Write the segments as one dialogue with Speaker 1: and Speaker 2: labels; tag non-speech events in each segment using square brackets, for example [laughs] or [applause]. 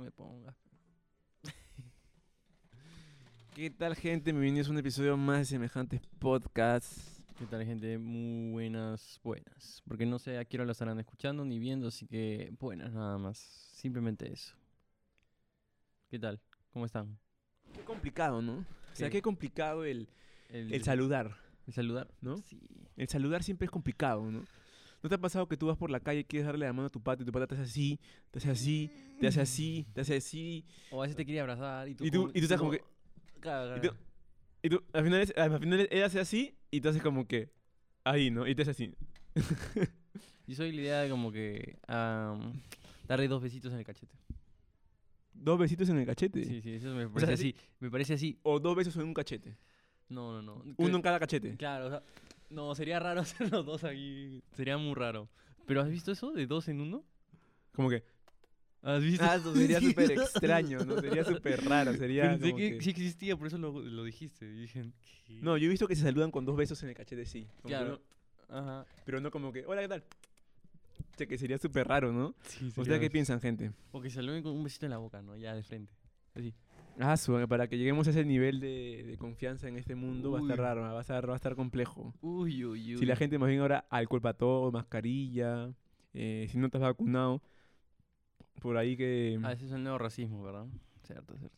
Speaker 1: le pongas. ¿Qué tal, gente? Bienvenidos a un episodio más de semejantes podcasts.
Speaker 2: ¿Qué tal, gente? Muy buenas, buenas. Porque no sé a qué hora la estarán escuchando ni viendo, así que buenas nada más. Simplemente eso. ¿Qué tal? ¿Cómo están?
Speaker 1: Qué complicado, ¿no? O sea,
Speaker 2: Sí.
Speaker 1: qué complicado el,
Speaker 2: El,
Speaker 1: el saludar,
Speaker 2: el saludar,
Speaker 1: ¿no?
Speaker 2: Sí.
Speaker 1: El saludar siempre es complicado, ¿no? ¿No te ha pasado que tú vas por la calle y quieres darle la mano a tu pata y tu pata te hace así, te hace así, te hace así, te hace así?
Speaker 2: O a veces te quería abrazar y tú.
Speaker 1: Y tú- y tú estás como
Speaker 2: Claro,
Speaker 1: Y tú,
Speaker 2: claro.
Speaker 1: y tú al, final, es- al final él hace así y tú haces como que ahí, ¿no? Y te hace así.
Speaker 2: Yo soy la idea de como que. am, darle dos besitos en el cachete.
Speaker 1: Dos besitos en el cachete.
Speaker 2: Sí, sí, eso me parece
Speaker 1: sí.
Speaker 2: así. Me parece así.
Speaker 1: O dos besos en un cachete.
Speaker 2: No, no, no.
Speaker 1: Uno
Speaker 2: Creo-
Speaker 1: en cada cachete.
Speaker 2: Claro, o sea, no, sería raro [laughs] hacer los dos aquí. Sería muy raro. ¿Pero has visto eso de dos en uno?
Speaker 1: Como que.
Speaker 2: ¿Has visto?
Speaker 1: Ah,
Speaker 2: [laughs]
Speaker 1: eso [laughs] sería súper extraño, ¿no? Sería súper raro. Sería.
Speaker 2: Pensé
Speaker 1: como
Speaker 2: que,
Speaker 1: que-
Speaker 2: sí existía, por eso lo, lo dijiste. Y dije, ¿qué?
Speaker 1: No, yo he visto que se saludan con dos besos en el cachete, sí. Como que
Speaker 2: claro.
Speaker 1: no-
Speaker 2: Ajá.
Speaker 1: pero no como que, hola, ¿qué tal? O sea, que sería súper raro, ¿no?
Speaker 2: Sí, sería-
Speaker 1: ¿Ustedes qué piensan, gente?
Speaker 2: O que se saluden con un besito en la boca, ¿no? Ya de frente. Así.
Speaker 1: Ah, su, para que lleguemos a ese nivel de, de confianza en este mundo va a estar
Speaker 2: Uy.
Speaker 1: raro, va a estar, va a estar complejo.
Speaker 2: Uy, uy, uy.
Speaker 1: Si la gente más bien ahora alcohol para todo, mascarilla, eh, si no estás vacunado, por ahí que...
Speaker 2: Ah, ese es el nuevo racismo, ¿verdad? Cierto, cierto.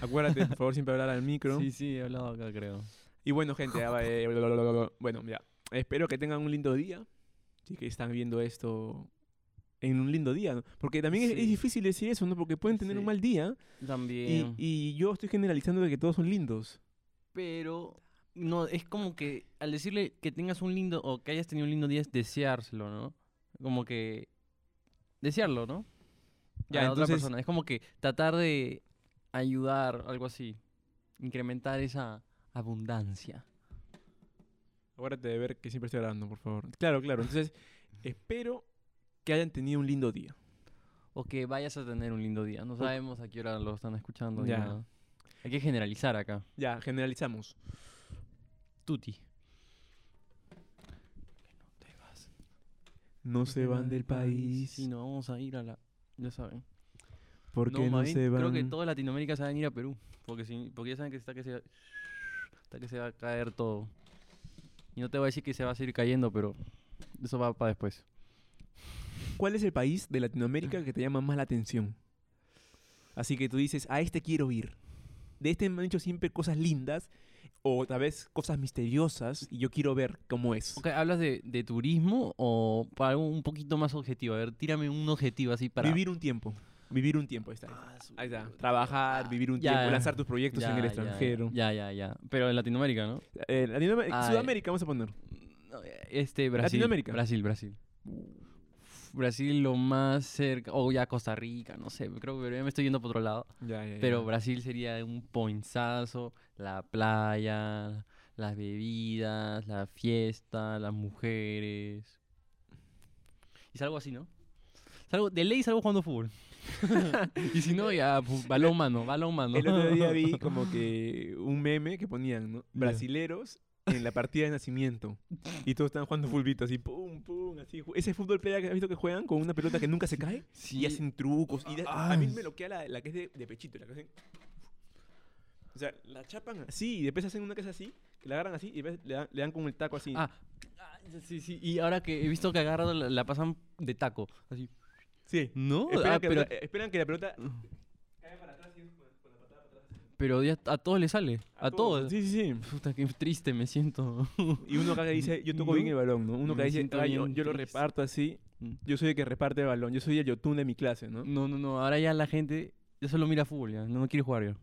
Speaker 1: Acuérdate, por favor, siempre hablar al micro.
Speaker 2: [laughs] Sí, sí, he hablado acá, creo.
Speaker 1: Y bueno, gente, ya va, eh, bueno, ya. Espero que tengan un lindo día. Si que están viendo esto en un lindo día, ¿no? Porque también es- es,
Speaker 2: Sí.
Speaker 1: difícil decir eso, ¿no? Porque pueden tener un
Speaker 2: Sí.
Speaker 1: mal día y,
Speaker 2: También.
Speaker 1: y yo estoy generalizando de que todos son lindos.
Speaker 2: Pero. No, es como que al decirle que tengas un lindo. O que hayas tenido un lindo día, es deseárselo, ¿no? Como que. Desearlo, ¿no?
Speaker 1: Ya,
Speaker 2: a la otra
Speaker 1: Ah, entonces-
Speaker 2: persona. Es como que tratar de ayudar, algo así. Incrementar esa abundancia.
Speaker 1: Acuérdate de ver que siempre estoy hablando, por favor. Claro, claro. Entonces, espero que hayan tenido un lindo día.
Speaker 2: O que vayas a tener un lindo día. No sabemos a qué hora lo están escuchando. ni
Speaker 1: Ya.
Speaker 2: nada. Hay que generalizar acá.
Speaker 1: Ya, generalizamos.
Speaker 2: Tuti.
Speaker 1: No se van del país.
Speaker 2: Sí, no, vamos a ir a la... Ya saben.
Speaker 1: Porque no,
Speaker 2: más bien,
Speaker 1: se van.
Speaker 2: Creo que toda Latinoamérica se van a ir a Perú. Porque, si, porque ya saben que está que se, está que se va a caer todo. Y no te voy a decir que se va a seguir cayendo, pero eso va para después.
Speaker 1: ¿Cuál es el país de Latinoamérica que te llama más la atención? Así que tú dices, a este quiero ir. De este me han dicho siempre cosas lindas o tal vez cosas misteriosas y yo quiero ver cómo es.
Speaker 2: Ok, ¿Hablas de, de turismo o para algo un poquito más objetivo? A ver, tírame un objetivo así para...
Speaker 1: Vivir un tiempo. Vivir un tiempo, ahí está.
Speaker 2: Ah, su-
Speaker 1: Ahí está. Trabajar, vivir un
Speaker 2: Ya.
Speaker 1: tiempo, lanzar tus proyectos
Speaker 2: Ya,
Speaker 1: en el
Speaker 2: ya,
Speaker 1: extranjero.
Speaker 2: Ya, ya, ya. Pero en Latinoamérica, ¿no?
Speaker 1: Eh, Latinoam-
Speaker 2: Ah,
Speaker 1: Sudamérica, vamos a poner.
Speaker 2: No, eh, Este, Brasil.
Speaker 1: Latinoamérica.
Speaker 2: Brasil, Brasil. Brasil lo más cerca. O ya Costa Rica, no sé. Creo que ya me estoy yendo por otro lado.
Speaker 1: Ya, ya, ya.
Speaker 2: Pero Brasil sería un poinzazo, la playa, las bebidas, la fiesta, las mujeres. Y salgo así, ¿no? Salgo, de ley salgo jugando fútbol. [laughs] y si no, ya, [laughs] pu- balón humano, balón humano.
Speaker 1: El otro día
Speaker 2: [laughs]
Speaker 1: vi como que un meme que ponían, ¿no? Brasileros en la partida de nacimiento. Y todos estaban jugando fulbito, así, pum, pum, así. ju- Ese fútbol playa que has visto que juegan con una pelota que nunca se cae. Y
Speaker 2: Sí,
Speaker 1: hacen trucos. Y da- a
Speaker 2: Ah.
Speaker 1: mí me loquea la, la que es de, de pechito, la que hacen... O sea, la chapan así, y después hacen una que es así, que la agarran así, y después le dan, le dan con el taco así.
Speaker 2: Ah, ah, sí, sí. Y ahora que he visto que agarran, la, la pasan de taco. Así.
Speaker 1: sí.
Speaker 2: No,
Speaker 1: Esperan,
Speaker 2: ah,
Speaker 1: que,
Speaker 2: pero, Mm.
Speaker 1: la, pelota- esperan que la pelota caiga para atrás y ellos con con la patada para atrás.
Speaker 2: pero ya a todos les sale. A, todos.
Speaker 1: Sí, sí, sí.
Speaker 2: Puta, qué triste me siento.
Speaker 1: Y uno acá que dice, yo toco
Speaker 2: ¿No?
Speaker 1: bien el balón, ¿no? Uno que
Speaker 2: Me
Speaker 1: dice,
Speaker 2: siento
Speaker 1: "Ah, yo,
Speaker 2: bien
Speaker 1: yo lo
Speaker 2: triste".
Speaker 1: reparto así,
Speaker 2: Mm.
Speaker 1: yo soy el que reparte el balón, yo soy el yotun de mi clase, ¿no?
Speaker 2: No, no, no. Ahora ya la gente ya solo mira fútbol, ya. No, no quiere jugar ya.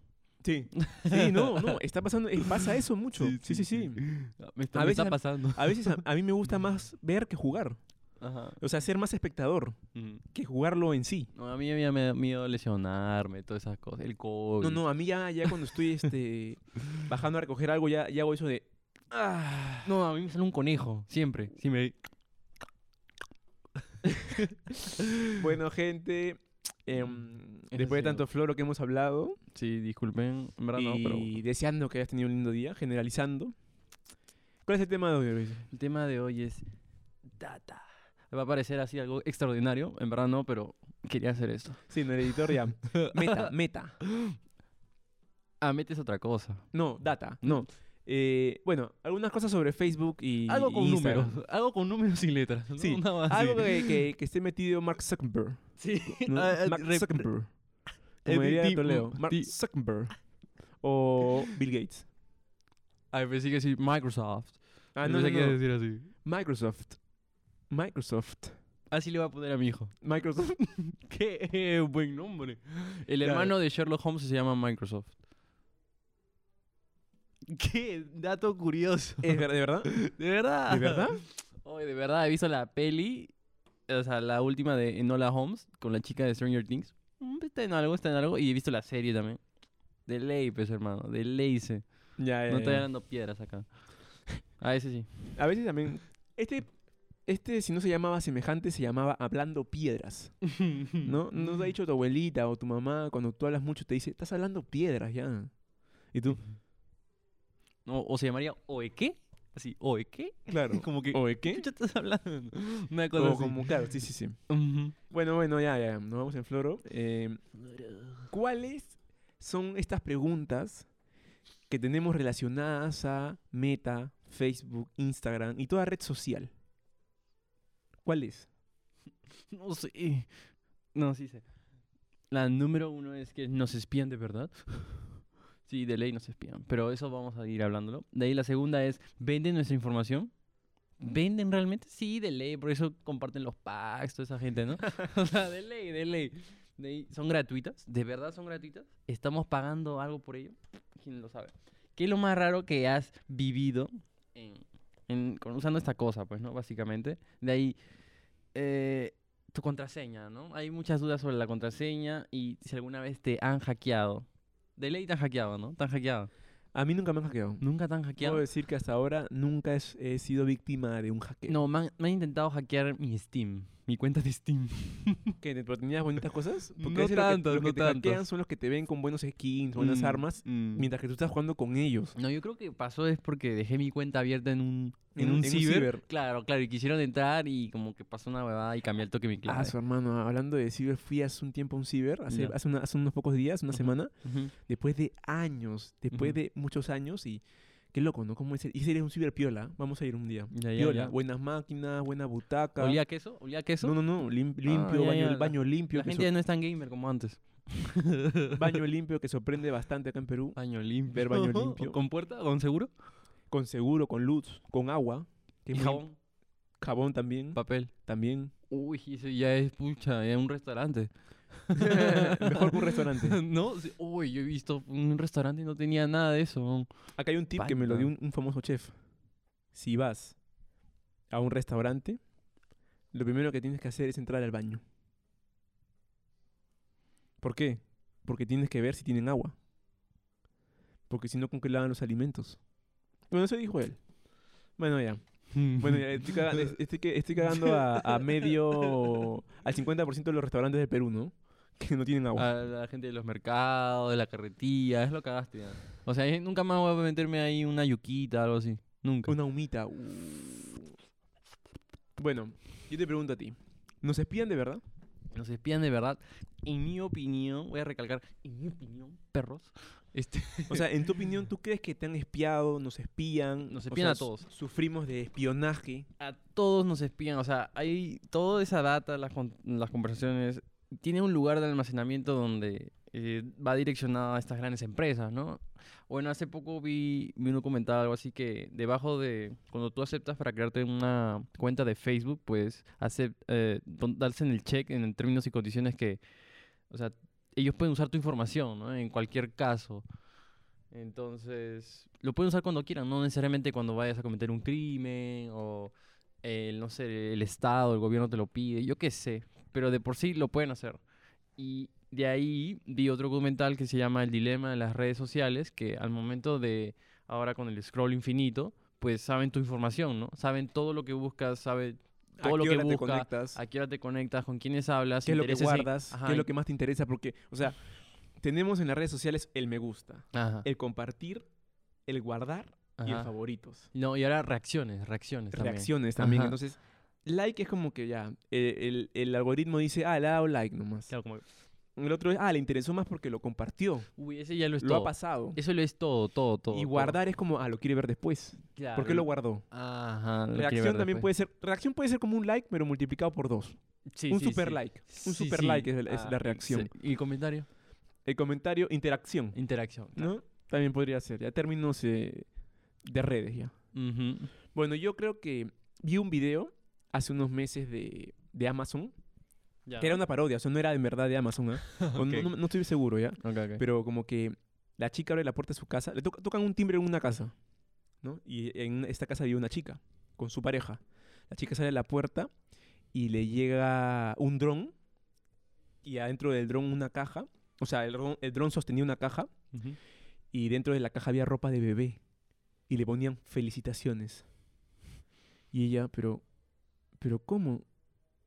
Speaker 1: Sí, sí, no, no, está pasando, eh, pasa eso mucho. Sí,
Speaker 2: Sí,
Speaker 1: sí, sí.
Speaker 2: Me está,
Speaker 1: A
Speaker 2: me está
Speaker 1: veces-
Speaker 2: pasando.
Speaker 1: A veces a, a mí me gusta más ver que jugar,
Speaker 2: Ajá.
Speaker 1: o sea, ser más espectador que jugarlo en sí.
Speaker 2: Mm. No, a mí ya me da miedo lesionarme, todas esas cosas. El COVID.
Speaker 1: No, no, a mí ya, ya cuando estoy este, bajando a recoger algo, ya, ya hago eso de... "Ah".
Speaker 2: No, a mí me sale un conejo. Siempre. Sí, me...
Speaker 1: Bueno, gente, em,
Speaker 2: Es
Speaker 1: después
Speaker 2: así,
Speaker 1: de
Speaker 2: Mm, ¿no?
Speaker 1: tanto floro que hemos hablado,
Speaker 2: sí disculpen. En verdad
Speaker 1: y
Speaker 2: no, pero...
Speaker 1: deseando que hayas tenido un lindo día, generalizando. ¿Cuál es el tema de hoy, Luis?
Speaker 2: El tema de hoy es data. Va a parecer así algo extraordinario, en verdad no, pero Quería hacer esto.
Speaker 1: Sí, en el editor ya. [laughs] Meta, meta.
Speaker 2: Ah, metes otra cosa.
Speaker 1: No, data, no. Eh, bueno, algunas cosas sobre Facebook y.
Speaker 2: Algo
Speaker 1: y
Speaker 2: con
Speaker 1: Instagram. Ah,
Speaker 2: números.
Speaker 1: [laughs]
Speaker 2: Algo con números y letras. ¿no? [laughs]
Speaker 1: Sí,
Speaker 2: Una base.
Speaker 1: Algo que, que, que esté metido Mark Zuckerberg.
Speaker 2: Sí. [laughs]
Speaker 1: ¿no?
Speaker 2: Ah, ah,
Speaker 1: Mark
Speaker 2: rep-
Speaker 1: [laughs] Zuckerberg.
Speaker 2: eh,
Speaker 1: Como diría
Speaker 2: di-
Speaker 1: Toledo.
Speaker 2: di-
Speaker 1: Mark
Speaker 2: di-
Speaker 1: Zuckerberg. O Bill Gates.
Speaker 2: Ay, pensé que sí, Microsoft.
Speaker 1: Ah, no,
Speaker 2: Pensé que
Speaker 1: no,
Speaker 2: iba a
Speaker 1: no.
Speaker 2: decir así.
Speaker 1: Microsoft. Microsoft.
Speaker 2: Así le voy a poner a mi hijo.
Speaker 1: Microsoft. [laughs]
Speaker 2: Qué buen nombre. El
Speaker 1: Claro.
Speaker 2: hermano de Sherlock Holmes se llama Microsoft. Qué dato curioso.
Speaker 1: ¿Es ver- de [laughs] verdad?
Speaker 2: [laughs] De verdad.
Speaker 1: ¿De verdad?
Speaker 2: [laughs] Oye, de verdad, he visto la peli, o sea, la última de Enola Holmes con la chica de Stranger Things. Mm, Está en algo, está en algo. Y he visto la serie también. De ley, pues, hermano. De ley se.
Speaker 1: Ya, ya,
Speaker 2: No estoy
Speaker 1: ya.
Speaker 2: dando piedras acá. A ese sí.
Speaker 1: A veces también. Este, este, si no se llamaba semejante, se llamaba hablando piedras.
Speaker 2: Mm.
Speaker 1: [laughs] ¿No? Nos ha dicho tu abuelita o tu mamá cuando tú hablas mucho, te dice, estás hablando piedras ya. Y tú,
Speaker 2: O, o se llamaría Oe qué. Así, Oe qué.
Speaker 1: claro.
Speaker 2: Como que.
Speaker 1: ¿O de qué?
Speaker 2: ¿Qué chucha estás hablando? [laughs] Una cosa
Speaker 1: O
Speaker 2: así.
Speaker 1: como, claro, sí, sí, sí.
Speaker 2: Ujú.
Speaker 1: Bueno, bueno, ya, ya, nos vamos en floro. Eh, ¿Cuáles son estas preguntas que tenemos relacionadas a Meta, Facebook, Instagram y toda red social? ¿Cuáles?
Speaker 2: [laughs] No sé. No, sí sé. La número uno es que nos espían de verdad. [laughs] Sí, de ley nos espían. Pero eso vamos a ir hablándolo. De ahí la segunda es, ¿venden nuestra información? ¿Venden realmente? Sí, de ley. Por eso comparten los packs, toda esa gente, ¿no? [laughs] o sea, de ley, de ley. De ahí, ¿Son gratuitas? ¿De verdad son gratuitas? ¿Estamos pagando algo por ello? ¿Quién lo sabe? ¿Qué es lo más raro que has vivido en, en- con- usando esta cosa, pues, ¿no? Básicamente. De ahí, eh, tu contraseña, ¿no? Hay muchas dudas sobre la contraseña y si alguna vez te han hackeado. De ley te han hackeado, ¿no? Te han hackeado.
Speaker 1: A mí nunca me han hackeado.
Speaker 2: Nunca te han hackeado.
Speaker 1: Puedo decir que hasta ahora nunca es- he sido víctima de un hackeo.
Speaker 2: No, me han, me han intentado hackear mi Steam, mi cuenta de Steam.
Speaker 1: ¿Qué? ¿Te- pero ¿Tenías
Speaker 2: [laughs]
Speaker 1: bonitas cosas?
Speaker 2: No
Speaker 1: a veces lo que-
Speaker 2: tantos,
Speaker 1: los que
Speaker 2: no
Speaker 1: te hackean
Speaker 2: tantos.
Speaker 1: son los que te ven con buenos skins, [laughs] buenas
Speaker 2: Mm,
Speaker 1: armas,
Speaker 2: mm.
Speaker 1: mientras que tú estás jugando con ellos.
Speaker 2: No, yo creo que pasó es porque dejé mi cuenta abierta en un, en un, ciber. Claro, claro, y quisieron entrar y como que pasó una huevada y cambié el toque de mi clave.
Speaker 1: Ah, su hermano, hablando de ciber, fui hace un tiempo a un ciber, hace,
Speaker 2: Ya.
Speaker 1: hace, una- hace unos pocos días, una
Speaker 2: Ujú.
Speaker 1: semana,
Speaker 2: Ujú.
Speaker 1: después de años, después
Speaker 2: Ujú.
Speaker 1: de muchos años y qué loco, ¿no? ¿Cómo es? el- Y sería un ciberpiola, vamos a ir un día.
Speaker 2: Ya, ya,
Speaker 1: Piola,
Speaker 2: ya.
Speaker 1: buenas máquinas, buena butaca.
Speaker 2: ¿Olía a queso? ¿Olía a queso? Ah,
Speaker 1: No, no, no, lim- limpio,
Speaker 2: ya,
Speaker 1: baño,
Speaker 2: ya, la-
Speaker 1: baño limpio,
Speaker 2: la
Speaker 1: que
Speaker 2: gente ya no es tan gamer como antes.
Speaker 1: so- [laughs] baño limpio que sorprende bastante acá en Perú,
Speaker 2: Baño limpio.
Speaker 1: Ver
Speaker 2: [laughs]
Speaker 1: baño
Speaker 2: ¿O
Speaker 1: limpio.
Speaker 2: ¿Con puerta? ¿Con seguro?
Speaker 1: con seguro, con luz, con agua,
Speaker 2: Y
Speaker 1: que es muy-
Speaker 2: jabón.
Speaker 1: jabón también,
Speaker 2: Papel.
Speaker 1: también.
Speaker 2: Uy, eso ya es pucha, ya es un restaurante.
Speaker 1: [laughs] Mejor que un restaurante.
Speaker 2: [laughs] no, sí, uy, yo he visto un restaurante y no tenía nada de eso.
Speaker 1: Acá hay un tip que me lo dio
Speaker 2: Pata.
Speaker 1: un, un famoso chef. Si vas a un restaurante, lo primero que tienes que hacer es entrar al baño. ¿Por qué? Porque tienes que ver si tienen agua. Porque si no, ¿con qué lavan los alimentos? Bueno, eso dijo él. Bueno, ya. Bueno, ya estoy, caga- es- estoy que- estoy cagando a, a medio... al 50% de los restaurantes del Perú, ¿no? Que no tienen agua.
Speaker 2: A la gente de los mercados, de la carretilla, es lo que cagaste ya. O sea, yo nunca más voy a meterme ahí una yuquita, algo así. Nunca.
Speaker 1: Una humita. Uff. Bueno, yo te pregunto a ti. ¿Nos espían de verdad?
Speaker 2: Nos espían de verdad. En mi opinión, voy a recalcar, en mi opinión, perros. Este,
Speaker 1: O sea, en tu opinión, ¿tú crees que te han espiado, nos espían?
Speaker 2: Nos
Speaker 1: O
Speaker 2: espían
Speaker 1: sea,
Speaker 2: a
Speaker 1: su-
Speaker 2: todos.
Speaker 1: Sufrimos de espionaje.
Speaker 2: a todos nos espían. O sea, hay toda esa data, las, con- las conversaciones, tiene un lugar de almacenamiento donde eh, va direccionado a estas grandes empresas, ¿no? Bueno, hace poco vi, vi un documental, algo así que debajo de, cuando tú aceptas para crearte una cuenta de Facebook, pues acep- eh, pon- darse en el check, en términos y condiciones que, o sea, ellos pueden usar tu información, ¿no? En cualquier caso. Entonces, lo pueden usar cuando quieran, no necesariamente cuando vayas a cometer un crimen o el, no sé, el Estado, el gobierno te lo pide, yo qué sé, pero de por sí lo pueden hacer. Y de ahí vi otro documental que se llama El dilema de las redes sociales, que al momento de ahora con el scroll infinito, pues saben tu información, ¿no? Saben todo lo que buscas, saben
Speaker 1: ¿A
Speaker 2: todo lo
Speaker 1: qué
Speaker 2: que
Speaker 1: hora te
Speaker 2: buscas,
Speaker 1: conectas?
Speaker 2: a qué hora te conectas, con quiénes hablas,
Speaker 1: ¿Qué es lo que
Speaker 2: intereses en-
Speaker 1: guardas?
Speaker 2: Ajá,
Speaker 1: ¿Qué es lo que más te interesa? Porque, o sea, tenemos en las redes sociales el me gusta,
Speaker 2: ajá,
Speaker 1: el compartir, el guardar y el
Speaker 2: ajá.
Speaker 1: favoritos.
Speaker 2: No, y ahora reacciones, reacciones también.
Speaker 1: Reacciones también.
Speaker 2: Ajá.
Speaker 1: Entonces, like es como que ya, eh, el, el algoritmo dice, ah, le ha dado like nomás.
Speaker 2: Claro, como,
Speaker 1: El otro es, ah, le interesó más porque lo compartió.
Speaker 2: uy, ese ya lo es
Speaker 1: lo ha
Speaker 2: todo.
Speaker 1: pasado.
Speaker 2: Eso lo es todo, todo, todo.
Speaker 1: y guardar es como, ah, lo quiere ver después.
Speaker 2: porque
Speaker 1: ¿Por qué lo guardó?
Speaker 2: Ajá. lo quiere
Speaker 1: Reacción
Speaker 2: ver
Speaker 1: también
Speaker 2: después.
Speaker 1: puede ser, reacción puede ser como un like, pero multiplicado por dos.
Speaker 2: Sí,
Speaker 1: un
Speaker 2: sí,
Speaker 1: super
Speaker 2: sí.
Speaker 1: like. Un
Speaker 2: Sí,
Speaker 1: super
Speaker 2: sí.
Speaker 1: like es, el- es
Speaker 2: Ah,
Speaker 1: la reacción.
Speaker 2: sí. ¿Y comentario?
Speaker 1: El comentario, interacción,
Speaker 2: Interacción. claro.
Speaker 1: ¿no? También podría ser, ya términos eh, de redes ya.
Speaker 2: Ujú.
Speaker 1: Bueno, yo creo que vi un video hace unos meses de, de Amazon,
Speaker 2: Ya.
Speaker 1: que era una parodia, o sea, no era en verdad de Amazon,
Speaker 2: [laughs]
Speaker 1: ¿ah? O no-
Speaker 2: Ok.
Speaker 1: no, no estoy seguro, ¿ya?
Speaker 2: Ok, ok.
Speaker 1: Pero como que la chica abre la puerta de su casa, le toca- tocan un timbre en una casa, ¿no? Y en esta casa vive una chica con su pareja. La chica sale a la puerta y le llega un dron y adentro del dron una caja, o sea, el dron, el dron sostenía una caja
Speaker 2: Ujú.
Speaker 1: y dentro de la caja había ropa de bebé y le ponían felicitaciones. Y ella, pero, pero ¿cómo?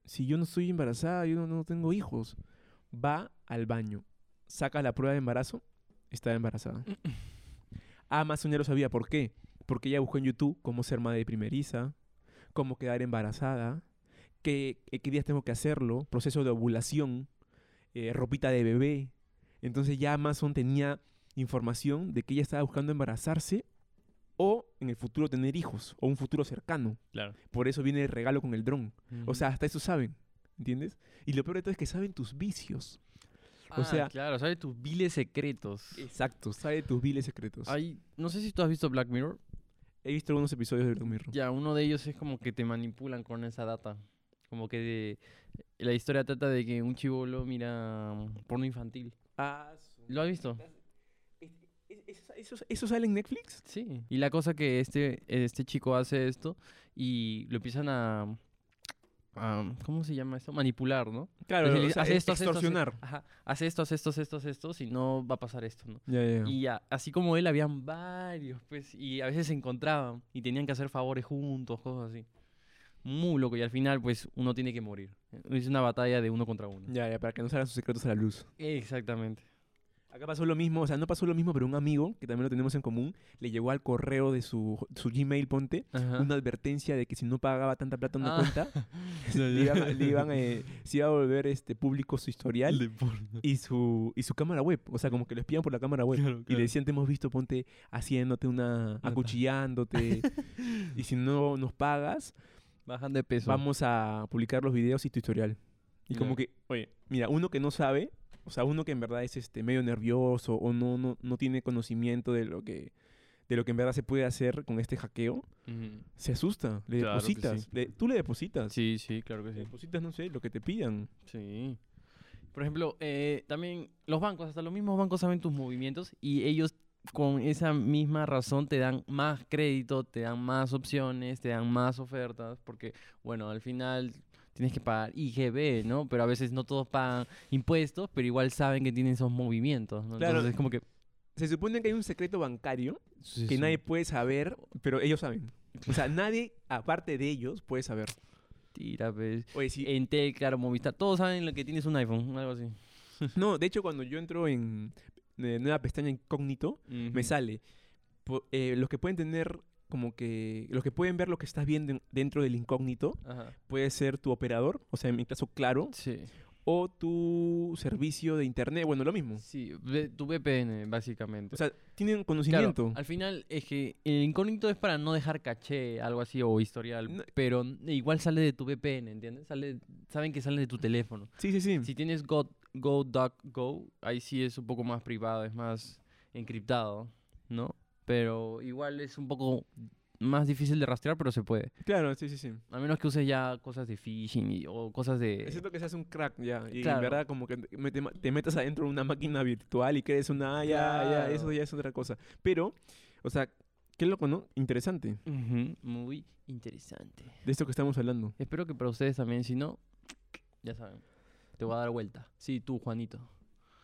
Speaker 1: Si yo no estoy embarazada, yo no, no tengo hijos. Va al baño, saca la prueba de embarazo, está embarazada. Ah, Amazon ya lo sabía, ¿por qué? Porque ella buscó en YouTube cómo ser madre primeriza, cómo quedar embarazada, qué, eh, qué días tengo que hacerlo, proceso de ovulación, eh, ropita de bebé. Entonces ya Amazon tenía información de que ella estaba buscando embarazarse o en el futuro tener hijos o un futuro cercano.
Speaker 2: Claro.
Speaker 1: Por eso viene el regalo con el dron.
Speaker 2: Ujú.
Speaker 1: O sea, hasta eso saben, ¿entiendes? Y lo peor de todo es que saben tus vicios. o
Speaker 2: Ah,
Speaker 1: sea-
Speaker 2: claro, sabe tus viles secretos.
Speaker 1: Exacto, sabe tus viles secretos.
Speaker 2: Hay, no sé si tú has visto Black Mirror.
Speaker 1: He visto algunos episodios de Black Mirror.
Speaker 2: Ya, uno de ellos es como que te manipulan con esa data. Como que de- la historia trata de que un chivolo mira mm, porno infantil.
Speaker 1: Ah,
Speaker 2: ¿Lo has visto?
Speaker 1: ¿Eso, eso- eso sale en Netflix?
Speaker 2: Sí. Y la cosa que este, este chico hace esto y lo empiezan a, um, a- um, ¿Cómo se llama esto? Manipular, ¿no?
Speaker 1: Claro,
Speaker 2: Entonces le
Speaker 1: o
Speaker 2: dice,
Speaker 1: sea,
Speaker 2: haz esto, haz esto, haz esto".
Speaker 1: extorsionar.
Speaker 2: Ajá, haz esto, haz esto, haz esto, haz esto, si no va a pasar esto, ¿no?
Speaker 1: Ya, ya, ya.
Speaker 2: Y a- así como él, habían varios, pues, y a veces se encontraban y tenían que hacer favores juntos, cosas así. Muy loco, y al final, pues, uno tiene que morir. Es una batalla de uno contra uno.
Speaker 1: Ya, ya, para que no salgan sus secretos a la luz.
Speaker 2: Exactamente.
Speaker 1: Acá pasó lo mismo, o sea, no pasó lo mismo, pero un amigo, que también lo tenemos en común, le llegó al correo de su, su Gmail, ponte,
Speaker 2: Ajá.
Speaker 1: una advertencia de que si no pagaba tanta plata en
Speaker 2: Ah.
Speaker 1: una
Speaker 2: [laughs]
Speaker 1: cuenta, le iban, le iban, eh, se iba a volver este, público su historial y su, y su cámara web. O sea, como que lo espían por la cámara web.
Speaker 2: Claro,
Speaker 1: Y le
Speaker 2: claro.
Speaker 1: decían, te hemos visto, ponte haciéndote una...
Speaker 2: [laughs]
Speaker 1: acuchillándote. y si no nos pagas,
Speaker 2: Bajan de peso.
Speaker 1: vamos a publicar los videos y tu historial. Y como
Speaker 2: Ya.
Speaker 1: que, oye, mira, uno que no sabe, o sea, uno que en verdad es este medio nervioso o no, no, no tiene conocimiento de lo que de lo que en verdad se puede hacer con este hackeo,
Speaker 2: Ujú.
Speaker 1: se asusta, le
Speaker 2: Claro que sí.
Speaker 1: depositas. le- tú le depositas.
Speaker 2: Sí, sí, claro que
Speaker 1: Le
Speaker 2: sí.
Speaker 1: depositas, no sé, lo que te pidan.
Speaker 2: Sí. Por ejemplo, eh, también los bancos, hasta los mismos bancos saben tus movimientos y ellos con esa misma razón te dan más crédito, te dan más opciones, te dan más ofertas, porque, bueno, al final tienes que pagar IGB, ¿no? Pero a veces no todos pagan impuestos, pero igual saben que tienen esos movimientos, ¿no?
Speaker 1: Claro.
Speaker 2: Entonces es como que...
Speaker 1: Se supone que hay un secreto bancario que nadie puede saber, pero ellos saben. O sea, nadie aparte de ellos puede saber.
Speaker 2: Tira, pues.
Speaker 1: Oye, sí.
Speaker 2: Entel, claro, Movistar, todos saben lo que tienes un iPhone, algo así.
Speaker 1: No, de hecho, cuando yo entro en eh, nueva pestaña incógnito, me
Speaker 2: Ujú.
Speaker 1: sale po- eh, los que pueden tener como que los que pueden ver lo que estás viendo en- dentro del incógnito
Speaker 2: Ajá.
Speaker 1: puede ser tu operador, o sea, en mi caso Claro,
Speaker 2: Sí.
Speaker 1: o tu servicio de internet, bueno, lo mismo.
Speaker 2: Sí, ve- tu VPN, básicamente.
Speaker 1: O sea, tienen
Speaker 2: Claro,
Speaker 1: conocimiento.
Speaker 2: al final es que el incógnito es para no dejar caché, algo así, o historial,
Speaker 1: No.
Speaker 2: pero n- igual sale de tu VPN, ¿entiendes? Sale, saben que sale de tu teléfono.
Speaker 1: Sí, sí, sí.
Speaker 2: Si tienes Go, Go, Duck, Go, ahí sí es un poco más privado, es más encriptado, ¿no? Pero igual es un poco más difícil de rastrear, pero se puede.
Speaker 1: Claro, sí, sí, sí.
Speaker 2: A menos que uses ya cosas de phishing y- o cosas de...
Speaker 1: Excepto que seas un crack, ya. Y
Speaker 2: claro.
Speaker 1: en verdad, como que te, te ma- te metas adentro de una máquina virtual y crees una. Ah, ya, ya, eso
Speaker 2: Claro.
Speaker 1: ya es otra cosa. Pero, o sea, qué loco, ¿no? Interesante
Speaker 2: Ujú, muy interesante.
Speaker 1: de esto que estamos hablando.
Speaker 2: Espero que para ustedes también, si no, ya saben. Te voy a dar vuelta. Sí, tú, Juanito.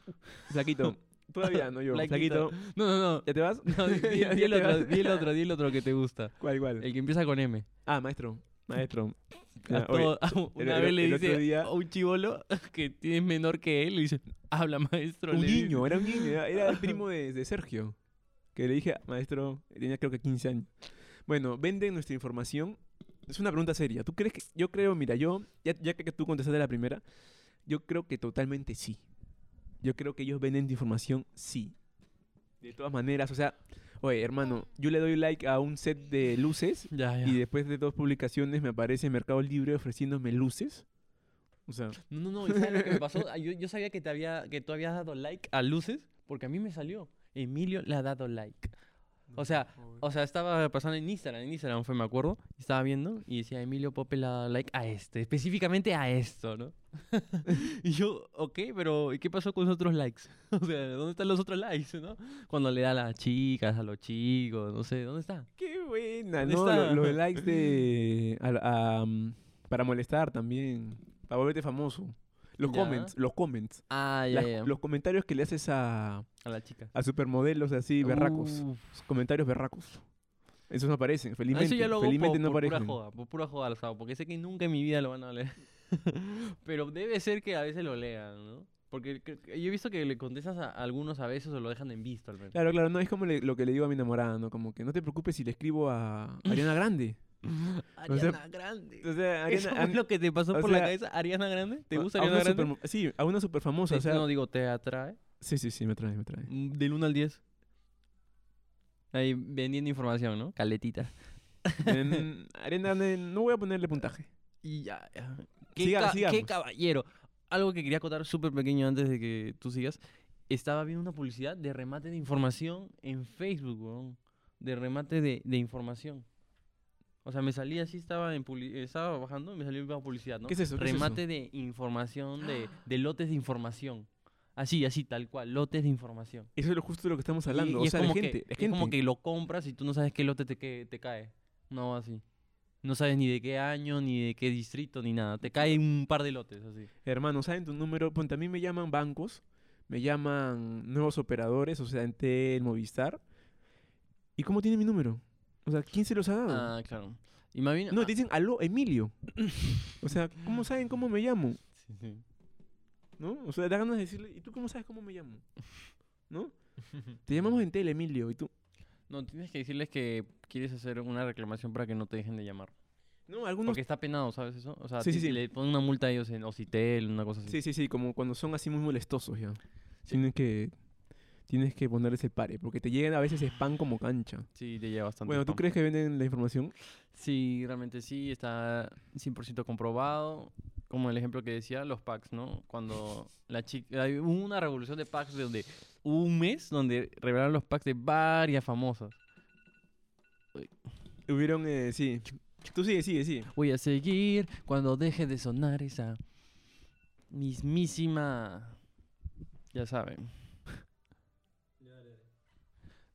Speaker 2: [laughs]
Speaker 1: Flaquito, todavía no yo.
Speaker 2: Flaquito.
Speaker 1: Flaquito,
Speaker 2: No, no,
Speaker 1: ¿ya te vas?
Speaker 2: [laughs] no. no
Speaker 1: [laughs]
Speaker 2: di, di-
Speaker 1: Ya
Speaker 2: di el
Speaker 1: te
Speaker 2: otro,
Speaker 1: vas.
Speaker 2: di el otro, di el otro que te
Speaker 1: [laughs]
Speaker 2: gusta.
Speaker 1: ¿Cuál, cuál?
Speaker 2: El que empieza con M.
Speaker 1: Ah, maestro, maestro.
Speaker 2: A
Speaker 1: Ya, oye,
Speaker 2: todo- una
Speaker 1: el-
Speaker 2: vez le
Speaker 1: el otro
Speaker 2: dice
Speaker 1: día-
Speaker 2: a un chivolo [laughs] que tiene menor que él, le dice, habla maestro.
Speaker 1: un
Speaker 2: le dice.
Speaker 1: niño, era un niño, era, era el primo
Speaker 2: [laughs]
Speaker 1: de, de Sergio. Que le dije, maestro, tenía creo que 15 años. Bueno, venden nuestra información Es una pregunta seria. ¿Tú crees que.? Yo creo, mira, yo. Ya, ya que tú contestaste la primera, yo creo que totalmente sí. Yo creo que ellos venden de información, sí. De todas maneras, o sea. Oye, hermano, yo le doy like a un set de luces
Speaker 2: Ya, ya.
Speaker 1: y después de dos publicaciones me aparece Mercado Libre ofreciéndome luces. O sea,
Speaker 2: No, no, no. ¿y sabes lo que me
Speaker 1: [laughs]
Speaker 2: pasó? Ah, Yo, yo sabía que, te había, que tú habías dado like a luces porque a mí me salió. Emilio le ha dado like. O sea, o sea, estaba pasando en Instagram, en Instagram fue, me acuerdo, y estaba viendo y decía, Emilio Pope le ha dado like a este, específicamente a esto, ¿no? [laughs] y yo, ok, pero ¿y qué pasó con los otros likes? [laughs] O sea, ¿dónde están los otros likes, no? Cuando le da a las chicas, a los chicos, no sé, ¿dónde está?
Speaker 1: qué buena,
Speaker 2: ¿Dónde
Speaker 1: ¿no?
Speaker 2: está?
Speaker 1: Lo-
Speaker 2: [laughs]
Speaker 1: Los likes de. a- a, um, para molestar también. Para volverte famoso. Los
Speaker 2: Ya.
Speaker 1: comments, los comments.
Speaker 2: Ah, ya,
Speaker 1: Las-
Speaker 2: ya,
Speaker 1: Los comentarios que le haces a,
Speaker 2: a la chica.
Speaker 1: a supermodelos así, berracos.
Speaker 2: Uf.
Speaker 1: Comentarios berracos. Esos no aparecen,
Speaker 2: No,
Speaker 1: felizmente.
Speaker 2: Uh. Ah, eso ya lo hago
Speaker 1: felizmente
Speaker 2: por,
Speaker 1: no
Speaker 2: por pura
Speaker 1: aparecen.
Speaker 2: joda, por pura joda, lo hago, porque sé que nunca en mi vida lo van a leer. [laughs] Pero debe ser que a veces lo lean, ¿no? Porque cre- yo he visto que le contestas a algunos a veces o lo dejan en visto al menos.
Speaker 1: Claro, claro, no es como le- lo que le digo a mi enamorada, ¿no? Como que no te preocupes si le escribo a
Speaker 2: [laughs]
Speaker 1: Ariana Grande. o sea,
Speaker 2: Ariana Grande.
Speaker 1: O sea,
Speaker 2: ¿Eso
Speaker 1: Ariana,
Speaker 2: fue
Speaker 1: An-
Speaker 2: lo que te pasó
Speaker 1: o
Speaker 2: por la
Speaker 1: sea,
Speaker 2: cabeza? ¿Ariana Grande? ¿Te
Speaker 1: a-
Speaker 2: gusta
Speaker 1: a una
Speaker 2: Ariana Grande?
Speaker 1: supermo- sí, a una super famosa, o
Speaker 2: Te-
Speaker 1: sea.
Speaker 2: no digo, ¿te atrae?
Speaker 1: Sí, sí, sí, me trae, me trae.
Speaker 2: Mm, Del 1 al 10. Ahí vendiendo información, ¿no? Caletita.
Speaker 1: En- [laughs] Ariana Grande, no voy a ponerle puntaje.
Speaker 2: Y ya. ya. Qué,
Speaker 1: Siga-
Speaker 2: ca- qué
Speaker 1: sigamos.
Speaker 2: caballero. Algo que quería acotar súper pequeño antes de que tú sigas. Estaba viendo una publicidad de remate de información en Facebook, weón. De remate de, de información. O sea, me salía así, estaba en publi- eh, estaba bajando y me salió una publicidad, ¿no?
Speaker 1: ¿Qué es eso? ¿Qué es
Speaker 2: remate de información, de, de lotes de información. Así, así, tal cual, lotes de información.
Speaker 1: Eso es lo justo de lo que estamos
Speaker 2: Y-
Speaker 1: hablando.
Speaker 2: y
Speaker 1: o
Speaker 2: es
Speaker 1: sea, la
Speaker 2: como que-
Speaker 1: gente, la
Speaker 2: Es como
Speaker 1: gente.
Speaker 2: que lo compras y tú no sabes qué lote te, que- te cae. No, así. No sabes ni de qué año, ni de qué distrito, ni nada. Te cae un par de lotes, así.
Speaker 1: Hermano, ¿saben tu número? Ponte, a mí me llaman bancos, me llaman nuevos operadores, o sea, Entel, Movistar. ¿Y cómo tiene mi número? O sea, ¿quién se los ha dado?
Speaker 2: Ah, claro. Y más bien...
Speaker 1: No,
Speaker 2: ah,
Speaker 1: te dicen, aló,
Speaker 2: [laughs]
Speaker 1: Emilio. o sea, ¿cómo saben cómo me llamo?
Speaker 2: sí, sí.
Speaker 1: ¿No? O sea, da ganas de decirle, ¿y tú cómo sabes cómo me llamo?
Speaker 2: [laughs]
Speaker 1: ¿No? Te llamamos en tele, Emilio, y tú.
Speaker 2: No, tienes que decirles que quieres hacer una reclamación para que no te dejen de llamar.
Speaker 1: No, algunos.
Speaker 2: Porque está penado, ¿sabes eso? O sea,
Speaker 1: Sí,
Speaker 2: ti-
Speaker 1: sí, sí.
Speaker 2: le ponen una multa a ellos en Ocitel, una cosa así.
Speaker 1: Sí, sí, sí, como cuando son así muy molestosos ya. Tienes que. Tienes que ponerles el pare, porque te llegan a veces spam como cancha.
Speaker 2: Sí, te lleva bastante.
Speaker 1: Bueno, ¿tú
Speaker 2: spam.
Speaker 1: crees que venden la información?
Speaker 2: Sí, realmente sí, está 100% comprobado. Como el ejemplo que decía, los packs, ¿no? Cuando la chica. hay- Hubo una revolución de packs de donde. Hubo un mes donde revelaron los packs de varias famosas.
Speaker 1: Hubieron, eh, sí. Tú sigue, sigue, sigue.
Speaker 2: Voy a seguir cuando deje de sonar esa. Mismísima. Ya saben.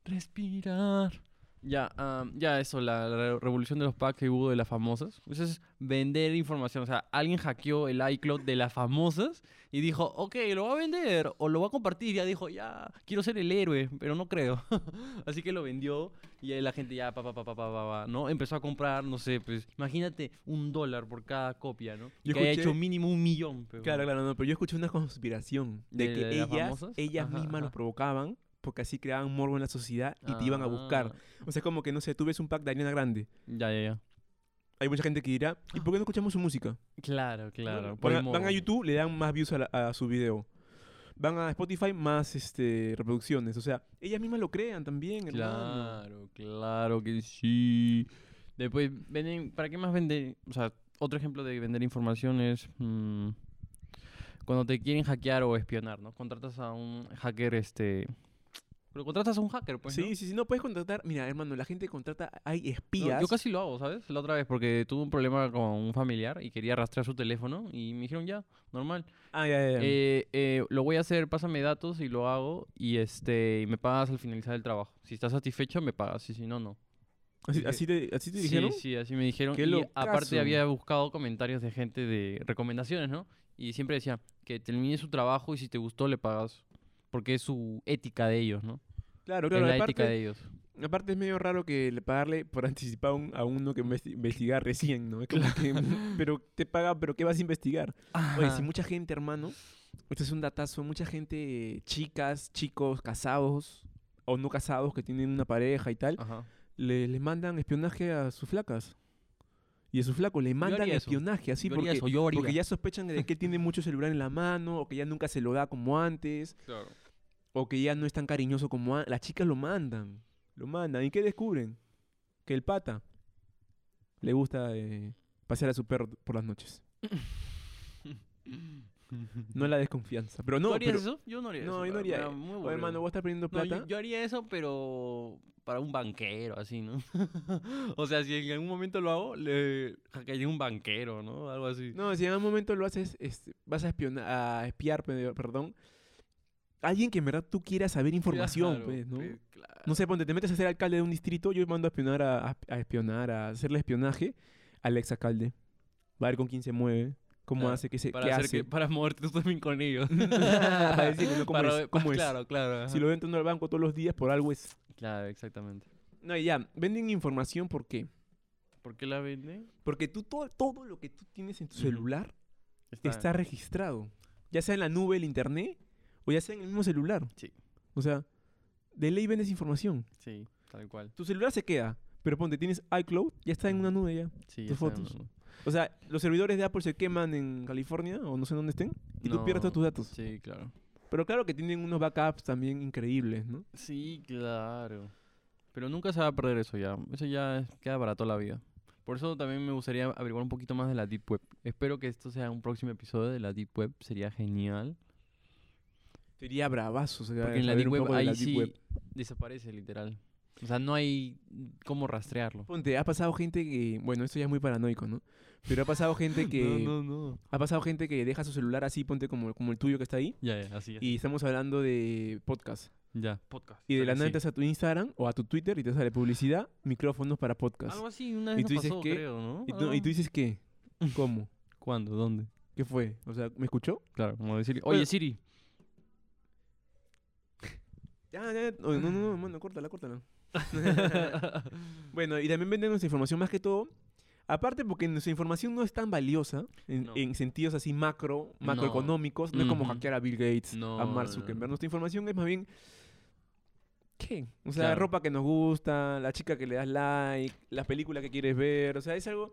Speaker 2: Respirar. Ya, am, ya eso, la, la re- revolución de los packs que hubo de las famosas. Eso es vender información. O sea, alguien hackeó el iCloud de las famosas y dijo, ok, lo va a vender o lo va a compartir. Ya dijo, ya, quiero ser el héroe, pero no creo. [laughs] Así que lo vendió y ahí la gente ya, pa, pa, pa, pa, pa, pa, pa, ¿no? Empezó a comprar, no sé, pues, imagínate un dólar por cada copia, ¿no? Y
Speaker 1: Yo
Speaker 2: que haya
Speaker 1: escuché-
Speaker 2: hecho mínimo un millón. pero-
Speaker 1: Claro, claro, no, pero yo escuché una conspiración de,
Speaker 2: ¿De-
Speaker 1: que
Speaker 2: de las
Speaker 1: ellas,
Speaker 2: famosas?
Speaker 1: ellas
Speaker 2: Ajá,
Speaker 1: mismas
Speaker 2: ajá.
Speaker 1: los provocaban porque así creaban morbo en la sociedad y te iban a buscar.
Speaker 2: Ah,
Speaker 1: O sea, como que no sé, tú ves un pack de Ariana Grande.
Speaker 2: Ya, ya, ya.
Speaker 1: Hay mucha gente que dirá, ¿y por qué no escuchamos su música?
Speaker 2: Claro, claro.
Speaker 1: Van
Speaker 2: por el
Speaker 1: a- van a
Speaker 2: morbo.
Speaker 1: YouTube, le dan más views a, la- a su video. Van a Spotify, más este, reproducciones. O sea, ellas mismas lo crean también, hermano.
Speaker 2: Claro, claro que sí. Después, venden, ¿para qué más vender? O sea, otro ejemplo de vender información es mm, cuando te quieren hackear o espionar, ¿no? Contratas a un hacker, este... Pero contratas a un hacker, pues, ¿no?
Speaker 1: sí, sí, sí, no puedes contratar. Mira, hermano, la gente contrata, hay
Speaker 2: No,
Speaker 1: espías.
Speaker 2: yo casi lo hago, ¿sabes? La otra vez, porque tuve un problema con un familiar y quería rastrear su teléfono y me dijeron ya, normal.
Speaker 1: Ah, ya, ya, ya.
Speaker 2: Eh, eh, lo voy a hacer, pásame datos y lo hago y este y me pagas al finalizar el trabajo. Si estás satisfecho, me pagas y si no, no.
Speaker 1: así,
Speaker 2: dije-
Speaker 1: así te, así te dijeron.
Speaker 2: Eh, Sí, sí, así me dijeron.
Speaker 1: ¡Qué
Speaker 2: y
Speaker 1: locazo!
Speaker 2: aparte había buscado comentarios de gente de recomendaciones, ¿no? Y siempre decía que termine su trabajo y si te gustó, le pagas. Porque es su ética de ellos, ¿no?
Speaker 1: Claro, claro.
Speaker 2: es la
Speaker 1: aparte-
Speaker 2: ética de ellos.
Speaker 1: Aparte es medio raro que le pagarle por [laughs] anticipado a un- a uno que investi- investiga recién, ¿no? Es como que, [laughs] pero te paga, pero ¿qué vas a investigar? Oye, si
Speaker 2: Ajá.
Speaker 1: mucha gente, hermano, este es un datazo, mucha gente, chicas, chicos, casados o no
Speaker 2: Ah.
Speaker 1: casados que tienen una pareja y tal,
Speaker 2: Ajá.
Speaker 1: le- les mandan espionaje a sus flacas. Y a su flaco le mandan
Speaker 2: haría eso.
Speaker 1: espionaje, así,
Speaker 2: Yo haría
Speaker 1: porque,
Speaker 2: eso, yo haría.
Speaker 1: porque ya sospechan de que él tiene mucho celular en la mano, o que ya nunca se lo da como antes,
Speaker 2: Claro.
Speaker 1: o que ya no es tan cariñoso como antes. Las chicas lo mandan, lo mandan. ¿Y qué descubren? Que el pata le gusta eh, pasear a su perro por
Speaker 2: [laughs]
Speaker 1: las noches. No la desconfianza. Pero
Speaker 2: ¿Tú
Speaker 1: no,
Speaker 2: harías
Speaker 1: pero,
Speaker 2: eso? Yo no haría
Speaker 1: No,
Speaker 2: eso.
Speaker 1: yo no
Speaker 2: me-
Speaker 1: haría
Speaker 2: me da
Speaker 1: eso.
Speaker 2: muy
Speaker 1: oye,
Speaker 2: aburrido.
Speaker 1: hermano, voy a estar perdiendo
Speaker 2: No,
Speaker 1: plata.
Speaker 2: yo, yo haría eso, pero para un banquero, así, ¿no? [laughs] o sea, si en algún momento lo hago, le hackearía un banquero, ¿no? Algo así.
Speaker 1: No, si en algún momento lo haces, este, vas a, espionar, a espiar, pe- perdón. Alguien que en verdad tú quieras saber información,
Speaker 2: Claro,
Speaker 1: pues, ¿no?
Speaker 2: pe- claro.
Speaker 1: No sé, ponte, te metes a ser alcalde de un distrito, yo mando a espionar, a, a- a espionar, a hacerle espionaje al ex alcalde. Va a ver con quién se mueve, cómo
Speaker 2: Claro,
Speaker 1: hace, qué, se,
Speaker 2: Para,
Speaker 1: qué
Speaker 2: hacer
Speaker 1: hace.
Speaker 2: que- para moverte tú también con ellos.
Speaker 1: [laughs] Para
Speaker 2: [laughs]
Speaker 1: decirle, ¿no? ¿Cómo
Speaker 2: Para
Speaker 1: es?
Speaker 2: ver-
Speaker 1: ¿Cómo es?
Speaker 2: Claro, claro. ajá.
Speaker 1: Si lo ven entrando al banco todos los días, por algo es...
Speaker 2: Claro, exactamente.
Speaker 1: No, y ya, venden información, ¿por qué?
Speaker 2: ¿Por qué la venden?
Speaker 1: Porque tú, todo, todo lo que tú tienes en tu
Speaker 2: Ujú. Ah.
Speaker 1: celular está registrado. Ya sea en la nube, el internet, o ya sea en el mismo celular.
Speaker 2: Sí.
Speaker 1: O sea, de ley vendes información.
Speaker 2: Sí, tal cual.
Speaker 1: Tu celular se queda, pero ponte, tienes iCloud, ya está en una nube ya.
Speaker 2: Sí,
Speaker 1: Tus
Speaker 2: ya está,
Speaker 1: fotos.
Speaker 2: ¿no?
Speaker 1: O sea, los servidores de Apple se queman en California o no sé dónde estén, y tú pierdes
Speaker 2: No,
Speaker 1: todos tus datos.
Speaker 2: Sí, claro.
Speaker 1: Pero claro que tienen unos backups también increíbles, ¿no?
Speaker 2: Sí, claro. Pero nunca se va a perder eso ya. Eso ya es- queda para toda la vida. Por eso también me gustaría averiguar un poquito más de la Deep Web. Espero que esto sea un próximo episodio de la Deep Web. Sería genial.
Speaker 1: Sería bravazo. o sea,
Speaker 2: Porque en la
Speaker 1: saber
Speaker 2: Deep
Speaker 1: un
Speaker 2: Web
Speaker 1: poco de
Speaker 2: ahí
Speaker 1: la Deep
Speaker 2: sí
Speaker 1: Web.
Speaker 2: desaparece, literal. O sea, no hay cómo rastrearlo.
Speaker 1: Ponte, ha pasado gente que, bueno, esto ya es muy paranoico, ¿no? Pero ha
Speaker 2: [laughs]
Speaker 1: pasado gente que,
Speaker 2: No, no, no.
Speaker 1: ha pasado gente que deja su celular así, ponte como, como el tuyo que está ahí,
Speaker 2: Ya, ya, así es.
Speaker 1: y estamos hablando de podcast.
Speaker 2: ya. Podcast.
Speaker 1: Y de la nada entras a tu Instagram o a tu Twitter y te sale publicidad, micrófonos para podcast.
Speaker 2: Algo así, una
Speaker 1: Y
Speaker 2: vez nos
Speaker 1: tú dices
Speaker 2: pasó,
Speaker 1: que-
Speaker 2: creo, Ah, ¿no?
Speaker 1: Y tú, y tú
Speaker 2: Algo- [laughs]
Speaker 1: dices, ¿qué? ¿Cómo?
Speaker 2: ¿Cuándo? ¿Dónde?
Speaker 1: ¿Qué fue? O sea, ¿me escuchó?
Speaker 2: Claro, como decirle,
Speaker 1: Bueno.
Speaker 2: oye [laughs] Siri.
Speaker 1: Ya, ya, ya. Oye, no, no, no, mano, córtala, córtala. [laughs] bueno, y también venden nuestra información más que todo. Aparte porque nuestra información no es tan valiosa en,
Speaker 2: No.
Speaker 1: en sentidos así macro,
Speaker 2: No.
Speaker 1: macroeconómicos. No, es como
Speaker 2: Ujú.
Speaker 1: hackear a Bill Gates,
Speaker 2: No,
Speaker 1: a
Speaker 2: no,
Speaker 1: Mark
Speaker 2: no.
Speaker 1: Zuckerberg. Nuestra información es más bien... ¿Qué? O sea, la
Speaker 2: Claro.
Speaker 1: ropa que nos gusta, la chica que le das like, la película que quieres ver. O sea, es algo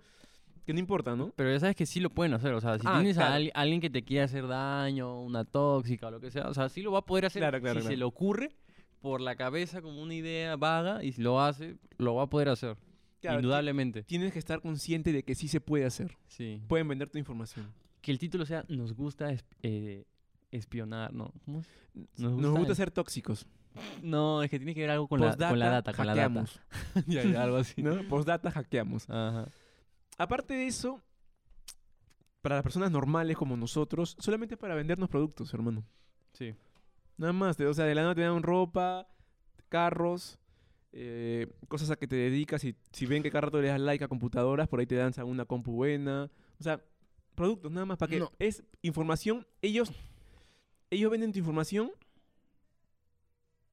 Speaker 1: que no importa, ¿no?
Speaker 2: Pero ya sabes que sí lo pueden hacer. O sea, si
Speaker 1: Ah,
Speaker 2: tienes
Speaker 1: claro.
Speaker 2: a al- alguien que te quiere hacer daño, una tóxica o lo que sea, o sea, sí lo va a poder hacer
Speaker 1: Claro, claro,
Speaker 2: si se
Speaker 1: claro.
Speaker 2: le ocurre por la cabeza como una idea vaga y si lo hace, lo va a poder hacer.
Speaker 1: Claro, ti-
Speaker 2: indudablemente.
Speaker 1: Tienes que estar consciente de que sí se puede hacer.
Speaker 2: Sí.
Speaker 1: Pueden vender tu información.
Speaker 2: Que el título sea Nos gusta es- eh, espionar, ¿no? ¿Cómo es?
Speaker 1: Nos gusta,
Speaker 2: es-
Speaker 1: ser tóxicos.
Speaker 2: No, es que tiene que ver algo con, la, con la data, con la data.
Speaker 1: hackeamos.
Speaker 2: [laughs] Ya, ya, algo
Speaker 1: [laughs]
Speaker 2: así.
Speaker 1: ¿no? Postdata hackeamos.
Speaker 2: Ajá.
Speaker 1: Aparte de eso, para las personas normales como nosotros, solamente para vendernos productos, hermano.
Speaker 2: Sí.
Speaker 1: Nada más. te- O sea, de la nada te dan ropa, carros, eh, cosas a que te dedicas. Y si ven que cada rato le das like a computadoras, por ahí te dan una compu buena. O sea, productos nada más. Para que
Speaker 2: No.
Speaker 1: es información. Ellos, ellos venden tu información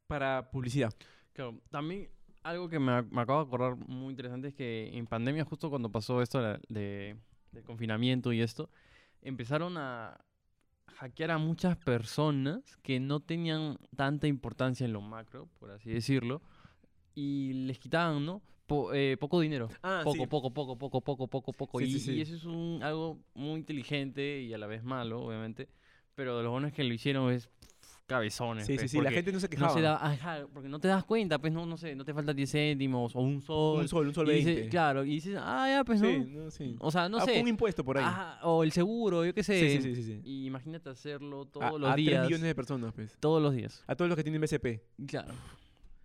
Speaker 1: para publicidad.
Speaker 2: Claro, también algo que me, ac- me acabo de acordar muy interesante es que en pandemia, justo cuando pasó esto de la- de- del confinamiento y esto, empezaron a hackear a muchas personas que no tenían tanta importancia en lo macro, por así decirlo, y les quitaban, ¿no? Po- eh, poco dinero.
Speaker 1: [laughs] Ah,
Speaker 2: Poco, poco, poco, poco, poco, poco, poco.
Speaker 1: Sí,
Speaker 2: y,
Speaker 1: sí,
Speaker 2: y
Speaker 1: sí.
Speaker 2: eso es un, algo muy inteligente y a la vez malo, obviamente. Pero lo bueno es que lo hicieron es pff, cabezones.
Speaker 1: Sí, sí,
Speaker 2: pues,
Speaker 1: sí. La
Speaker 2: porque-
Speaker 1: gente no se quejaba.
Speaker 2: no se da, ajá, porque no te das cuenta, pues no, no sé, no te faltan 10 céntimos o un sol.
Speaker 1: Un sol, un sol
Speaker 2: y dices-
Speaker 1: 20.
Speaker 2: claro, y dices, ah, ya, pues
Speaker 1: Sí,
Speaker 2: no.
Speaker 1: no, sí.
Speaker 2: O sea, no
Speaker 1: Ah, fue
Speaker 2: sé.
Speaker 1: un impuesto por ahí.
Speaker 2: ajá, o el seguro, yo qué sé.
Speaker 1: sí, sí, sí, sí, sí.
Speaker 2: Y imagínate hacerlo
Speaker 1: A-
Speaker 2: todos los
Speaker 1: a 3
Speaker 2: días.
Speaker 1: millones de personas, pues.
Speaker 2: Todos los días.
Speaker 1: A todos los que tienen BCP.
Speaker 2: Claro.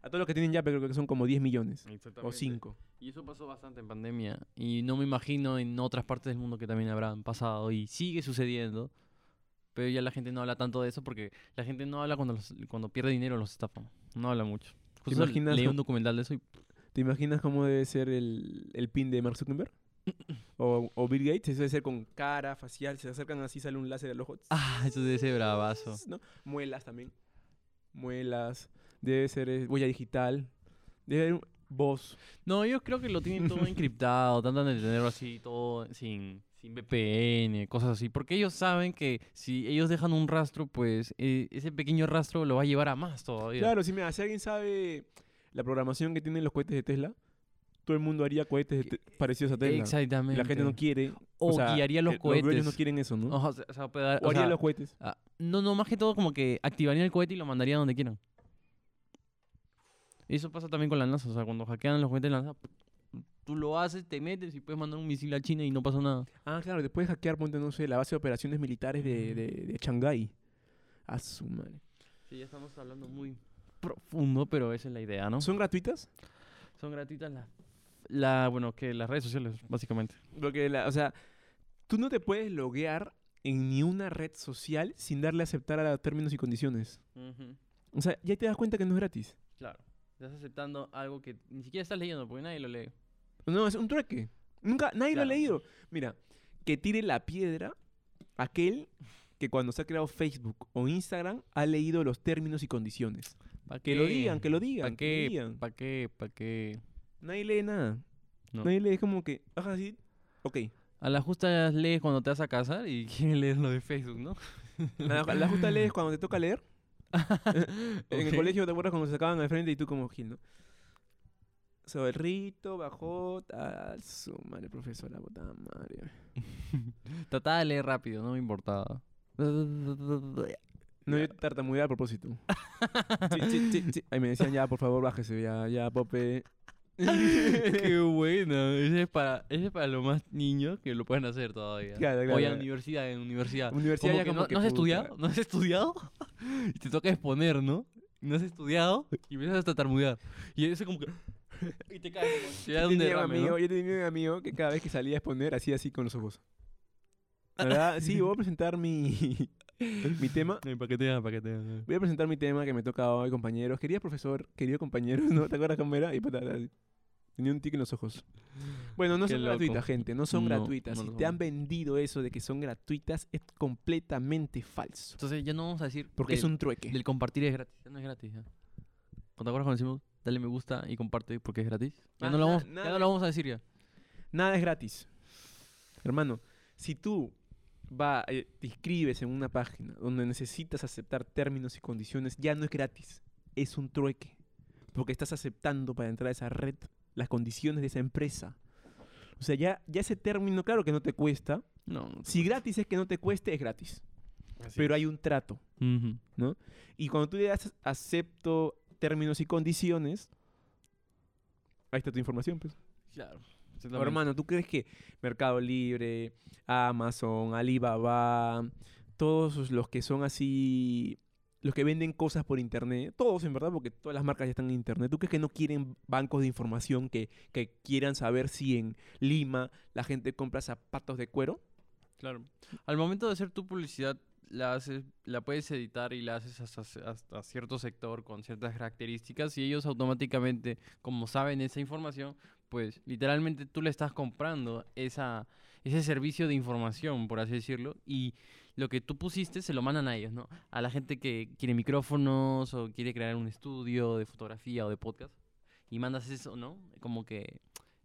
Speaker 1: A todos los que tienen YAPE creo que son como 10
Speaker 2: Mm,
Speaker 1: millones. O
Speaker 2: Exactamente.
Speaker 1: 5.
Speaker 2: Y eso pasó bastante en pandemia. Y no me imagino en otras partes del mundo que también habrán pasado. Y sigue sucediendo. Pero ya la gente no habla tanto de eso porque la gente no habla cuando, los- cuando pierde dinero los estafan. No habla mucho. Justo
Speaker 1: imaginas
Speaker 2: leí
Speaker 1: lo-
Speaker 2: un documental de eso y
Speaker 1: ¿Te imaginas cómo debe ser el, el pin de
Speaker 2: [coughs]
Speaker 1: Mark Zuckerberg? o, o Bill Gates. Eso debe ser con cara, facial. Se acercan así, sale un láser al ojo.
Speaker 2: Ah, eso debe ser bravazo.
Speaker 1: ¿no? Muelas también. Muelas. Debe ser eh, huella digital. Debe haber un- voz.
Speaker 2: No, yo creo que lo tienen [laughs] todo encriptado, tratan de tenerlo así todo sin, sin VPN, cosas así, porque ellos saben que si ellos dejan un rastro, pues eh, ese pequeño rastro lo va a llevar a más todavía.
Speaker 1: Claro, si, mira, si alguien sabe la programación que tienen los cohetes de Tesla, todo el mundo haría cohetes de
Speaker 2: Que-
Speaker 1: te- parecidos a Tesla. Y
Speaker 2: Exactamente.
Speaker 1: la gente no quiere.
Speaker 2: O,
Speaker 1: sea,
Speaker 2: guiaría los
Speaker 1: eh,
Speaker 2: cohetes.
Speaker 1: Los dueños no quieren eso, ¿no?
Speaker 2: Ajá, o sea, o sea, puede dar-
Speaker 1: O
Speaker 2: o
Speaker 1: harían
Speaker 2: sea,
Speaker 1: los cohetes.
Speaker 2: ah, no, no, más que todo como que activarían el cohete y lo mandarían donde quieran. Eso pasa también con la NASA, o sea, cuando hackean los cohetes de la NASA, tú lo haces, te metes y puedes mandar un misil a China y no pasa nada.
Speaker 1: Ah, claro, después de hackear, ponte, no sé, la base de operaciones militares de, de, de Shanghái. A su madre.
Speaker 2: Sí, ya estamos hablando muy profundo, pero esa es la idea, ¿no?
Speaker 1: ¿Son gratuitas?
Speaker 2: Son gratuitas las la, bueno, que las redes sociales, básicamente.
Speaker 1: Porque, la- o sea, tú no te puedes loguear en ni una red social sin darle a aceptar a los términos y condiciones. O sea, ya te das cuenta que no es gratis.
Speaker 2: Claro. Estás aceptando algo que ni siquiera estás leyendo, porque nadie lo lee.
Speaker 1: No, es un trueque. Nunca, nadie lo
Speaker 2: Claro.
Speaker 1: ha leído. Mira, que tire la piedra aquel que cuando se ha creado Facebook o Instagram ha leído los términos y condiciones.
Speaker 2: ¿Para
Speaker 1: Que lo digan, que lo digan.
Speaker 2: ¿Para
Speaker 1: que lo
Speaker 2: qué?
Speaker 1: digan.
Speaker 2: ¿Para qué? ¿Para qué?
Speaker 1: Nadie lee nada.
Speaker 2: No.
Speaker 1: Nadie lee, es como que, ajá, sí, ok.
Speaker 2: A las justas lees cuando te vas a casar y [laughs] quieres leer lo de Facebook, ¿no?
Speaker 1: La,
Speaker 2: [laughs]
Speaker 1: la justa lees cuando te toca leer. En el
Speaker 2: Ok.
Speaker 1: colegio te acuerdas cuando se sacaban al frente y tú como Gil, ¿no? Sobre el rito, bajó, tal, su madre profesora, puta madre.
Speaker 2: Trataba de leer rápido, no me
Speaker 1: [laughs]
Speaker 2: importaba.
Speaker 1: No, yo tartamudeaba a propósito.
Speaker 2: [laughs]
Speaker 1: Sí, sí, sí, sí. Ahí me decían, ya, por favor, bájese, ya, ya,
Speaker 2: [laughs]
Speaker 1: Pope.
Speaker 2: Qué buena. Ese es para, ese es para los más niños que lo pueden hacer todavía.
Speaker 1: Claro, claro,
Speaker 2: o ya
Speaker 1: claro.
Speaker 2: en universidad, en universidad.
Speaker 1: Universidad
Speaker 2: Como
Speaker 1: ya
Speaker 2: que
Speaker 1: Pues como
Speaker 2: no,
Speaker 1: que,
Speaker 2: ¿no has
Speaker 1: puta.
Speaker 2: estudiado? ¿No has estudiado? [laughs] Y te toca exponer, ¿no? Y No has estudiado y empiezas a tatarmudear. Y eso como que... [laughs] y te caes. como
Speaker 1: [laughs]
Speaker 2: si te da
Speaker 1: Yo
Speaker 2: un
Speaker 1: tenía, un
Speaker 2: derrame, ¿no?
Speaker 1: amigo, yo tenía un amigo que cada vez que salía a exponer hacía así con los ojos. La verdad, sí, voy a presentar mi, [laughs] mi tema.
Speaker 2: Eh, paquetea, paquetea. eh.
Speaker 1: Voy a presentar mi tema que me toca hoy, compañeros. Queridos profesor, queridos compañeros, [laughs] ¿no? ¿Te acuerdas cómo era? Y pata, así. tenía un tic en los ojos. Bueno, no
Speaker 2: Qué
Speaker 1: son
Speaker 2: loco.
Speaker 1: gratuitas, gente. No son
Speaker 2: No,
Speaker 1: gratuitas.
Speaker 2: no
Speaker 1: si
Speaker 2: lo
Speaker 1: te han
Speaker 2: son.
Speaker 1: vendido eso de que son gratuitas, es completamente falso.
Speaker 2: Entonces ya no vamos a decir...
Speaker 1: Porque es
Speaker 2: del-
Speaker 1: un trueque.
Speaker 2: Del compartir es gratis. Ya no es gratis. Ya. ¿Cuándo te acuerdas cuando decimos dale me gusta y comparte porque es gratis? Ya,
Speaker 1: Ah,
Speaker 2: no, lo
Speaker 1: na-
Speaker 2: vamos,
Speaker 1: nada
Speaker 2: ya no
Speaker 1: de-
Speaker 2: lo vamos a decir ya.
Speaker 1: Nada es gratis. Hermano, si tú va, eh, te inscribes en una página donde necesitas aceptar términos y condiciones, ya no es gratis. Es un trueque. Porque estás aceptando para entrar a esa red las condiciones de esa empresa. O sea, ya, ya ese término, claro que no te cuesta.
Speaker 2: No.
Speaker 1: Si gratis es que no te cueste, es gratis. Pero hay un trato. Y cuando tú le das acepto términos y condiciones, ahí está tu información, pues.
Speaker 2: Claro.
Speaker 1: Pero, hermano, ¿tú crees que Mercado Libre, Amazon, Alibaba, todos os- los que son así, los que venden cosas por internet, todos en verdad, porque todas las marcas ya están en internet, ¿tú crees que no quieren bancos de información que, que quieran saber si en Lima la gente compra zapatos de cuero?
Speaker 2: Claro. Al momento de hacer tu publicidad, la, haces, la puedes editar y la haces hasta, ce- hasta cierto sector con ciertas características y ellos automáticamente, como saben esa información, pues literalmente tú le estás comprando esa, ese servicio de información, por así decirlo, y lo que tú pusiste se lo mandan a ellos, ¿no? A la gente que quiere micrófonos o quiere crear un estudio de fotografía o de podcast y mandas eso, ¿no? Como que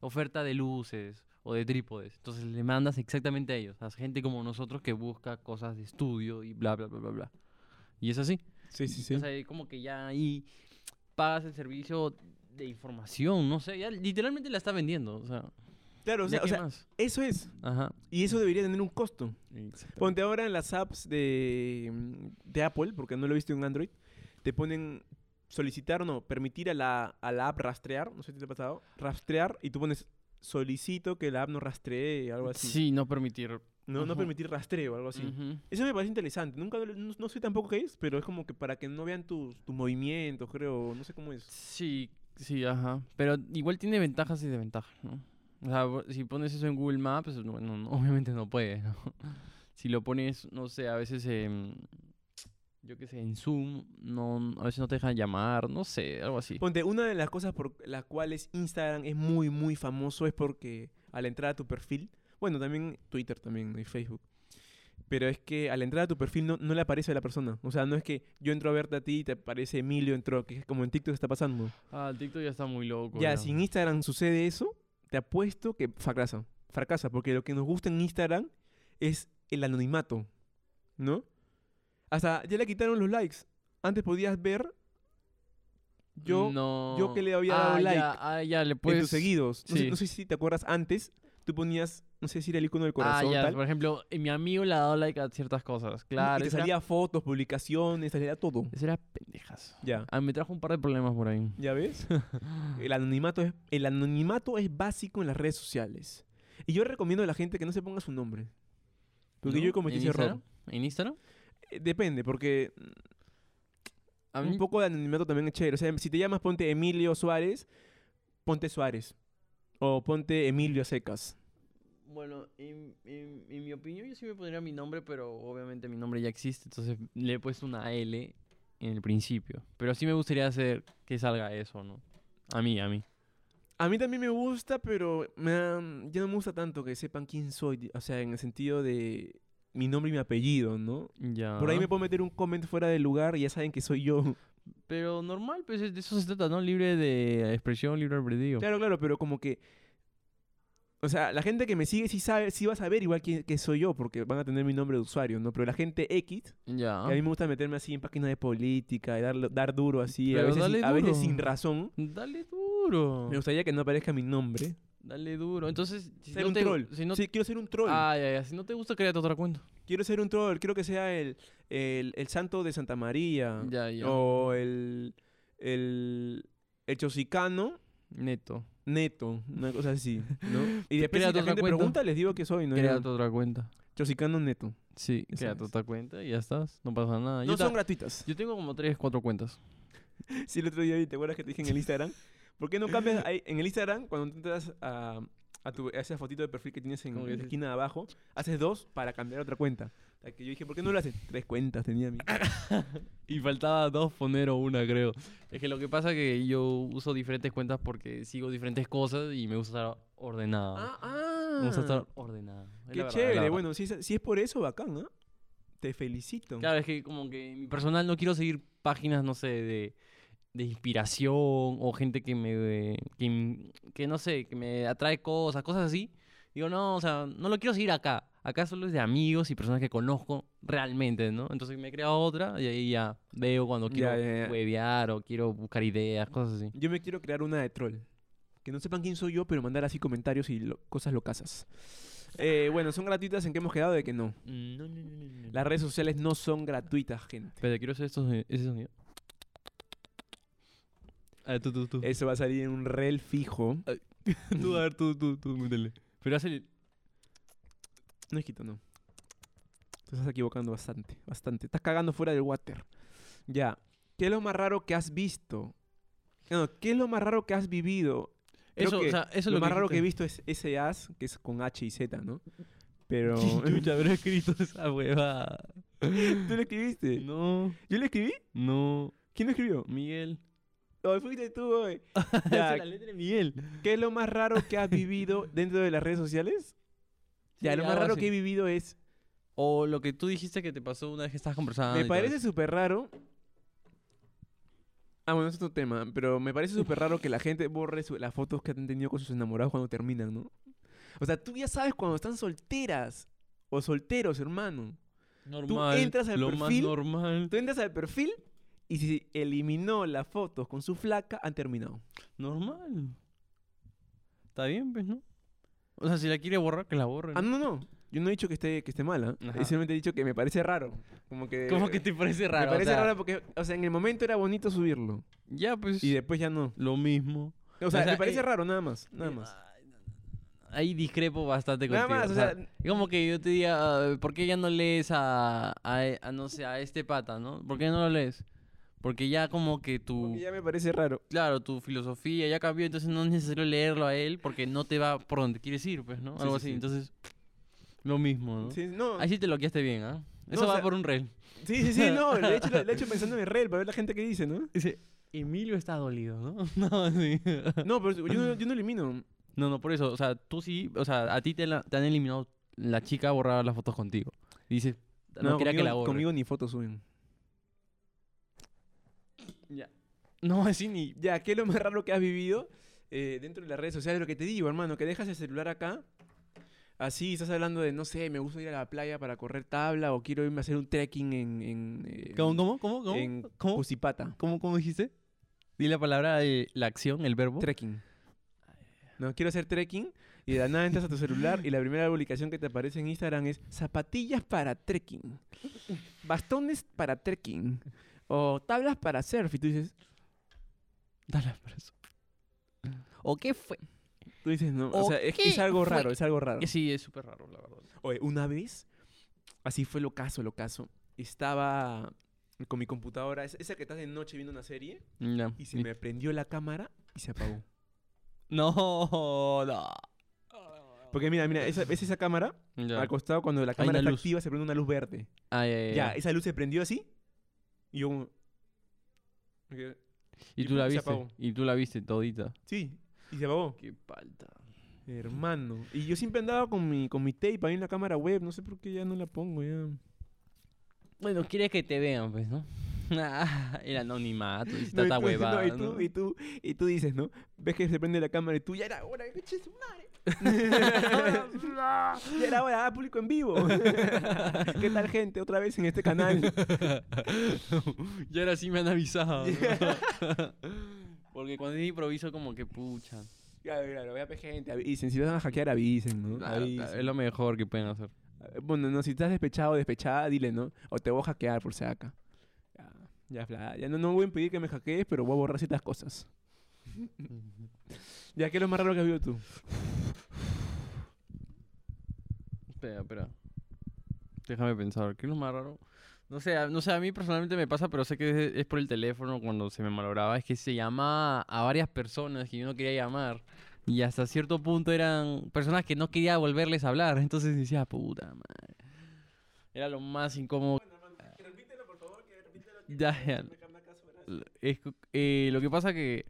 Speaker 2: oferta de luces o de trípodes. Entonces le mandas exactamente a ellos, a gente como nosotros que busca cosas de estudio y bla, bla, bla, bla, bla. Y es así.
Speaker 1: Sí, sí, sí.
Speaker 2: O sea, como que ya ahí pagas el servicio de información, no sé, ya literalmente la está vendiendo. O sea,
Speaker 1: claro, o
Speaker 2: ¿ya
Speaker 1: sea, o
Speaker 2: qué
Speaker 1: sea,
Speaker 2: más?
Speaker 1: eso es.
Speaker 2: Ajá.
Speaker 1: Y eso debería tener un costo. Ponte ahora en las apps de, mm, de Apple, porque no lo he visto en Android, te ponen solicitar o no, permitir a la, a la app rastrear, no sé si te ha pasado, rastrear y tú pones solicito que la app no rastree, algo así.
Speaker 2: Sí, no permitir.
Speaker 1: No, no
Speaker 2: Ajá.
Speaker 1: permitir rastreo, algo así.
Speaker 2: Ujú.
Speaker 1: Eso me parece interesante. Nunca, lo- no, no sé tampoco qué es, pero es como que para que no vean tus tus movimientos, creo. No sé cómo es.
Speaker 2: Sí, sí, ajá. Pero igual tiene ventajas y desventajas, ¿no? O sea, bo- si pones eso en Google Maps, no, no, no, [laughs] obviamente no puedes, ¿no? Si lo pones, no sé, a veces en, yo qué sé, en Zoom, no, a veces no te dejan llamar, no sé, algo así.
Speaker 1: Ponte, una de las cosas por las cuales Instagram es muy, muy famoso es porque al entrar a tu perfil, bueno, también Twitter también y Facebook, pero es que al entrar a tu perfil no, no le aparece a la persona. O sea, no es que yo entro a verte a ti y te aparece Emilio entró, que es como en TikTok está pasando.
Speaker 2: Ah, el TikTok ya está muy loco.
Speaker 1: Ya, si en Instagram sucede eso, te apuesto que fracasa. Fracasa, porque lo que nos gusta en Instagram es el anonimato, ¿no? Hasta ya le quitaron los likes. Antes podías ver Yo,
Speaker 2: no.
Speaker 1: yo que le había dado
Speaker 2: Ah,
Speaker 1: like
Speaker 2: Ya, ah, ya, le
Speaker 1: en
Speaker 2: puedes.
Speaker 1: tus seguidos. No, sé-
Speaker 2: sí.
Speaker 1: no sé si te acuerdas antes, tú ponías, no sé si era el icono del
Speaker 2: Ah,
Speaker 1: corazón
Speaker 2: ya,
Speaker 1: tal,
Speaker 2: por ejemplo, eh, mi amigo le ha dado like a ciertas cosas. Claro,
Speaker 1: y te
Speaker 2: eso era-
Speaker 1: salía fotos, publicaciones, salía todo.
Speaker 2: eso era pendejas.
Speaker 1: Ya.
Speaker 2: Ah, me trajo un par de problemas por ahí.
Speaker 1: ¿Ya
Speaker 2: [laughs]
Speaker 1: ves? El anonimato, es, el anonimato es básico en las redes sociales. Y yo recomiendo a la gente que no se ponga su nombre. Porque
Speaker 2: ¿No?
Speaker 1: yo cometí
Speaker 2: ¿En
Speaker 1: ese error.
Speaker 2: Instagram? ¿En Instagram?
Speaker 1: Eh, Depende, porque
Speaker 2: A
Speaker 1: un
Speaker 2: mí-
Speaker 1: poco de anonimato también es chévere. O sea, si te llamas ponte Emilio Suárez, ponte Suárez. O ponte Emilio a Secas.
Speaker 2: Bueno, en, en- en mi opinión yo sí me pondría mi nombre, pero obviamente mi nombre ya existe, entonces le he puesto una L en el principio. Pero sí me gustaría hacer que salga eso, ¿no? A mí, a mí.
Speaker 1: A mí también me gusta, pero me da- ya no me gusta tanto que sepan quién soy. O sea, en el sentido de mi nombre y mi apellido, ¿no?
Speaker 2: Ya.
Speaker 1: Por ahí me puedo meter un comment fuera del lugar y ya saben que soy yo. [laughs]
Speaker 2: Pero normal, pues es- de eso se trata, ¿no? Libre de expresión, libre albedrío.
Speaker 1: Claro, claro, pero como que. O sea, la gente que me sigue sí sabe, sí va a saber igual que, que soy yo, porque van a tener mi nombre de usuario, ¿no? Pero la gente X,
Speaker 2: Ya.
Speaker 1: que a mí me gusta meterme así en páginas de política, y darlo- dar, duro así, a
Speaker 2: Pero
Speaker 1: veces, sin-
Speaker 2: dale
Speaker 1: a veces
Speaker 2: duro.
Speaker 1: sin razón.
Speaker 2: Dale duro.
Speaker 1: Me gustaría que no aparezca mi nombre.
Speaker 2: Dale duro. Entonces, si
Speaker 1: ser
Speaker 2: no
Speaker 1: un
Speaker 2: te,
Speaker 1: troll.
Speaker 2: Si no,
Speaker 1: Sí, quiero ser un troll.
Speaker 2: Ah, ya, ya. Si no te gusta, créate otra cuenta.
Speaker 1: Quiero ser un troll. Quiero que sea el, el, el santo de Santa María.
Speaker 2: Ya, ya.
Speaker 1: O el. El. El chosicano
Speaker 2: Neto.
Speaker 1: neto. Una
Speaker 2: [laughs]
Speaker 1: cosa así, ¿no? Y
Speaker 2: Te
Speaker 1: después, si
Speaker 2: creas
Speaker 1: la
Speaker 2: otra
Speaker 1: gente
Speaker 2: cuenta.
Speaker 1: pregunta, les digo que soy, ¿no?
Speaker 2: Créate
Speaker 1: Yo-
Speaker 2: otra cuenta.
Speaker 1: Chosicano neto.
Speaker 2: Sí,
Speaker 1: Esa
Speaker 2: créate
Speaker 1: es.
Speaker 2: otra cuenta y ya estás. No pasa nada.
Speaker 1: No
Speaker 2: yo, ta-
Speaker 1: son gratuitas.
Speaker 2: yo tengo como tres, cuatro cuentas.
Speaker 1: [laughs] Sí, el otro día, vi, ¿te acuerdas que te dije en el Instagram? ¿Por qué no cambias ahí- en el Instagram cuando tú entras a, a, tu, a esa fotito de perfil que tienes en
Speaker 2: Como que
Speaker 1: la
Speaker 2: dices-
Speaker 1: esquina de abajo? Haces dos para cambiar a otra cuenta. La que yo dije, ¿por qué no lo haces? Tres cuentas tenía mi.
Speaker 2: Ah, Y faltaba dos poner o una, creo. Es que lo que pasa es que yo uso diferentes cuentas porque sigo diferentes cosas y me gusta estar ordenado.
Speaker 1: ah.
Speaker 2: Me gusta estar ordenado. Es la verdad,
Speaker 1: Qué
Speaker 2: es la
Speaker 1: chévere.
Speaker 2: verdad.
Speaker 1: Bueno, si es, si es por eso, bacán, ¿ah? Te felicito.
Speaker 2: Claro, es que como que en mi personal no quiero seguir páginas, no sé, de, de inspiración o gente que me, que, m- que no sé, que me atrae cosas, cosas así. Digo, no, o sea, no lo quiero seguir acá. Acá solo es de amigos y personas que conozco realmente, ¿no? Entonces me he creado otra y ahí ya veo cuando
Speaker 1: Ya,
Speaker 2: quiero
Speaker 1: ya, ya.
Speaker 2: huevear o quiero buscar ideas, cosas así.
Speaker 1: Yo me quiero crear una de troll. Que no sepan quién soy yo, pero mandar así comentarios y lo- cosas locasas. Eh, bueno, son gratuitas en que hemos quedado de que Mm, no.
Speaker 2: No, no, no, no, no.
Speaker 1: Las redes sociales no son gratuitas, gente.
Speaker 2: Espérate, quiero hacer estos, soni- ese sonido. A ver, tú, tú, tú.
Speaker 1: Eso va a salir en un reel fijo.
Speaker 2: Eh, Tú, a ver, tú, tú, tú, métele. Pero haz el...
Speaker 1: No, hijito, no. Te estás equivocando bastante, bastante. Estás cagando fuera del water. Ya. ¿Qué es lo más raro que has visto? No, ¿qué es lo más raro que has vivido? Creo
Speaker 2: Eso,
Speaker 1: que
Speaker 2: o sea, eso es
Speaker 1: lo,
Speaker 2: lo,
Speaker 1: más raro que he
Speaker 2: dijiste.
Speaker 1: visto es ese as, que es con H y Z,
Speaker 2: [laughs]
Speaker 1: ¿no? Pero...
Speaker 2: Chucha, habrá escrito esa hueva.
Speaker 1: [laughs] ¿Tú lo escribiste?
Speaker 2: No,
Speaker 1: ¿Yo lo escribí?
Speaker 2: no,
Speaker 1: ¿Quién lo escribió?
Speaker 2: Miguel. [laughs]
Speaker 1: Ay, fuiste tú, hoy.
Speaker 2: Esa
Speaker 1: Ya,
Speaker 2: es la letra de Miguel.
Speaker 1: ¿qué es lo más raro que
Speaker 2: [laughs]
Speaker 1: has vivido dentro de las redes sociales? Ya,
Speaker 2: Sí,
Speaker 1: lo más
Speaker 2: algo
Speaker 1: raro
Speaker 2: así.
Speaker 1: que he vivido es...
Speaker 2: O lo que tú dijiste que te pasó una vez que estabas conversando. y
Speaker 1: Me
Speaker 2: todo
Speaker 1: parece
Speaker 2: eso.
Speaker 1: súper raro. Ah, bueno, es otro tema, pero me parece súper raro que la gente borre su- las fotos que han tenido con sus enamorados cuando terminan, ¿no? O sea, tú ya sabes cuando están solteras o solteros, hermano.
Speaker 2: normal.
Speaker 1: entras al
Speaker 2: lo
Speaker 1: perfil-
Speaker 2: más normal.
Speaker 1: Tú entras al perfil y si eliminó las fotos con su flaca, han terminado.
Speaker 2: Normal. Está bien, pues, ¿no? O sea, si la quiere borrar, que la borre.
Speaker 1: Ah,
Speaker 2: ¿no?
Speaker 1: no, no. Yo no he dicho que esté, que esté mala.
Speaker 2: Ajá.
Speaker 1: Simplemente he dicho que me parece raro. Como que...
Speaker 2: ¿Cómo que te parece raro?
Speaker 1: Me
Speaker 2: O
Speaker 1: parece
Speaker 2: sea,
Speaker 1: raro porque, o sea, en el momento era bonito subirlo
Speaker 2: Ya, pues.
Speaker 1: y después ya no.
Speaker 2: Lo mismo.
Speaker 1: O sea,
Speaker 2: sea,
Speaker 1: me parece
Speaker 2: eh,
Speaker 1: raro, nada más, nada
Speaker 2: Eh,
Speaker 1: más.
Speaker 2: ay, no, no, no, no. Ahí discrepo bastante
Speaker 1: Nada
Speaker 2: contigo.
Speaker 1: más, o sea,
Speaker 2: Es como que yo te diga, "Ah, ¿por qué ya no lees a, a, e- a, no sé, a este pata, no? ¿Por qué no lo lees? Porque ya como que tu,
Speaker 1: Porque ya me parece raro.
Speaker 2: claro, tu filosofía ya cambió, entonces no es necesario leerlo a él porque no te va por donde quieres ir, pues, ¿no?
Speaker 1: Sí,
Speaker 2: Algo
Speaker 1: sí, sí.
Speaker 2: así, entonces, lo mismo, ¿no?
Speaker 1: Sí, no,
Speaker 2: Ahí sí te loqueaste bien, ¿ah?
Speaker 1: No,
Speaker 2: Eso
Speaker 1: o
Speaker 2: va
Speaker 1: sea-
Speaker 2: por un rel.
Speaker 1: sí, sí, sí, no,
Speaker 2: [laughs]
Speaker 1: le he hecho, le he hecho pensando en el reel para ver la gente que dice, ¿no?
Speaker 2: Dice, Emilio está dolido,
Speaker 1: [laughs]
Speaker 2: ¿no? no, sí. [laughs]
Speaker 1: No, pero yo no, yo no elimino.
Speaker 2: no, no, por eso, o sea, tú sí, o sea, a ti te, la- te han eliminado, la chica borraba las fotos contigo. Y dices, no, quería
Speaker 1: conmigo,
Speaker 2: que la borre.
Speaker 1: conmigo ni fotos suben. [laughs]
Speaker 2: No, así ni...
Speaker 1: Ya, ¿qué es lo más raro que has vivido eh, dentro de las redes sociales? Lo que te digo, hermano, que dejas el celular acá, así estás hablando de, no sé, me gusta ir a la playa para correr tabla o quiero irme a hacer un trekking en... en eh,
Speaker 2: ¿Cómo, cómo, cómo? ¿Cómo?
Speaker 1: En
Speaker 2: ¿Cómo?
Speaker 1: Cusipata.
Speaker 2: ¿Cómo, cómo dijiste? Di la palabra, de la acción, el verbo. [laughs]
Speaker 1: Trekking. No, quiero hacer trekking y de la nada entras a tu celular y la primera publicación que te aparece en Instagram es zapatillas para trekking, bastones para trekking o tablas para surf. Y tú dices,
Speaker 2: Dale, por eso. ¿O qué fue?
Speaker 1: tú dices, no, o sea, es,
Speaker 2: Ok,
Speaker 1: es algo
Speaker 2: fue-
Speaker 1: raro, es algo raro.
Speaker 2: Sí, es súper raro, la verdad.
Speaker 1: Oye, una vez, así fue lo caso, lo caso. Estaba con mi computadora, es- esa que estás de noche viendo una serie,
Speaker 2: No.
Speaker 1: y se me prendió la cámara y se
Speaker 2: Ah.
Speaker 1: apagó.
Speaker 2: No, [laughs] no.
Speaker 1: Porque mira, mira, esa, ves esa cámara,
Speaker 2: Ya.
Speaker 1: al costado cuando la cámara
Speaker 2: una
Speaker 1: está
Speaker 2: luz.
Speaker 1: activa se prende una luz verde.
Speaker 2: Ah, ya, ya,
Speaker 1: Ya,
Speaker 2: ya.
Speaker 1: esa luz se prendió así. Y yo. como- me quedé,
Speaker 2: Y
Speaker 1: y
Speaker 2: tú la
Speaker 1: se
Speaker 2: viste.
Speaker 1: apagó.
Speaker 2: Y tú la viste todita.
Speaker 1: Sí, y se apagó.
Speaker 2: Qué palta.
Speaker 1: Hermano. Y yo siempre andaba con mi, con mi tape ahí en la cámara web. No sé por qué ya no la pongo. Ya.
Speaker 2: Bueno, quieres que te vean, pues, ¿no? [laughs] Ah, El anonimato, y
Speaker 1: No, y
Speaker 2: tanta
Speaker 1: tú- no,
Speaker 2: huevada.
Speaker 1: y, tú,
Speaker 2: ¿no?
Speaker 1: y,
Speaker 2: [laughs]
Speaker 1: tú, y tú dices, ¿no? Ves que se prende la cámara y tú ya era hora. ¡Qué chis-
Speaker 2: [laughs]
Speaker 1: madre! ya era hora. ah, público en vivo. [laughs] ¿Qué tal, gente? Otra vez en este
Speaker 2: [laughs]
Speaker 1: canal.
Speaker 2: y ahora sí me han avisado.
Speaker 1: [laughs]
Speaker 2: Porque cuando es improviso, como que pucha.
Speaker 1: Claro, claro. Vea, pe, gente. Avisen. Si los van a hackear, avisen, ¿no?
Speaker 2: Claro,
Speaker 1: Avisen.
Speaker 2: claro, Ah, es lo mejor que pueden hacer.
Speaker 1: Eh, Bueno, no, si estás despechado o despechada, dile, ¿no? O te voy a hackear por si acá. Ya, ya, fla- ya no, no voy a impedir que me hackees, pero voy a borrar ciertas cosas. [laughs] ya, ¿qué es lo más raro que has visto tú?
Speaker 2: Espera, espera. Déjame pensar. ¿Qué es lo más raro? No sé, a- no sé, a mí personalmente me pasa, pero sé que es, es por el teléfono cuando se me malograba. Es que se llama a varias personas que yo no quería llamar. Y hasta cierto punto eran personas que no quería volverles a hablar. Entonces decía, puta madre. Era lo más incómodo. Ya, ya. L- es cu- eh, lo que pasa que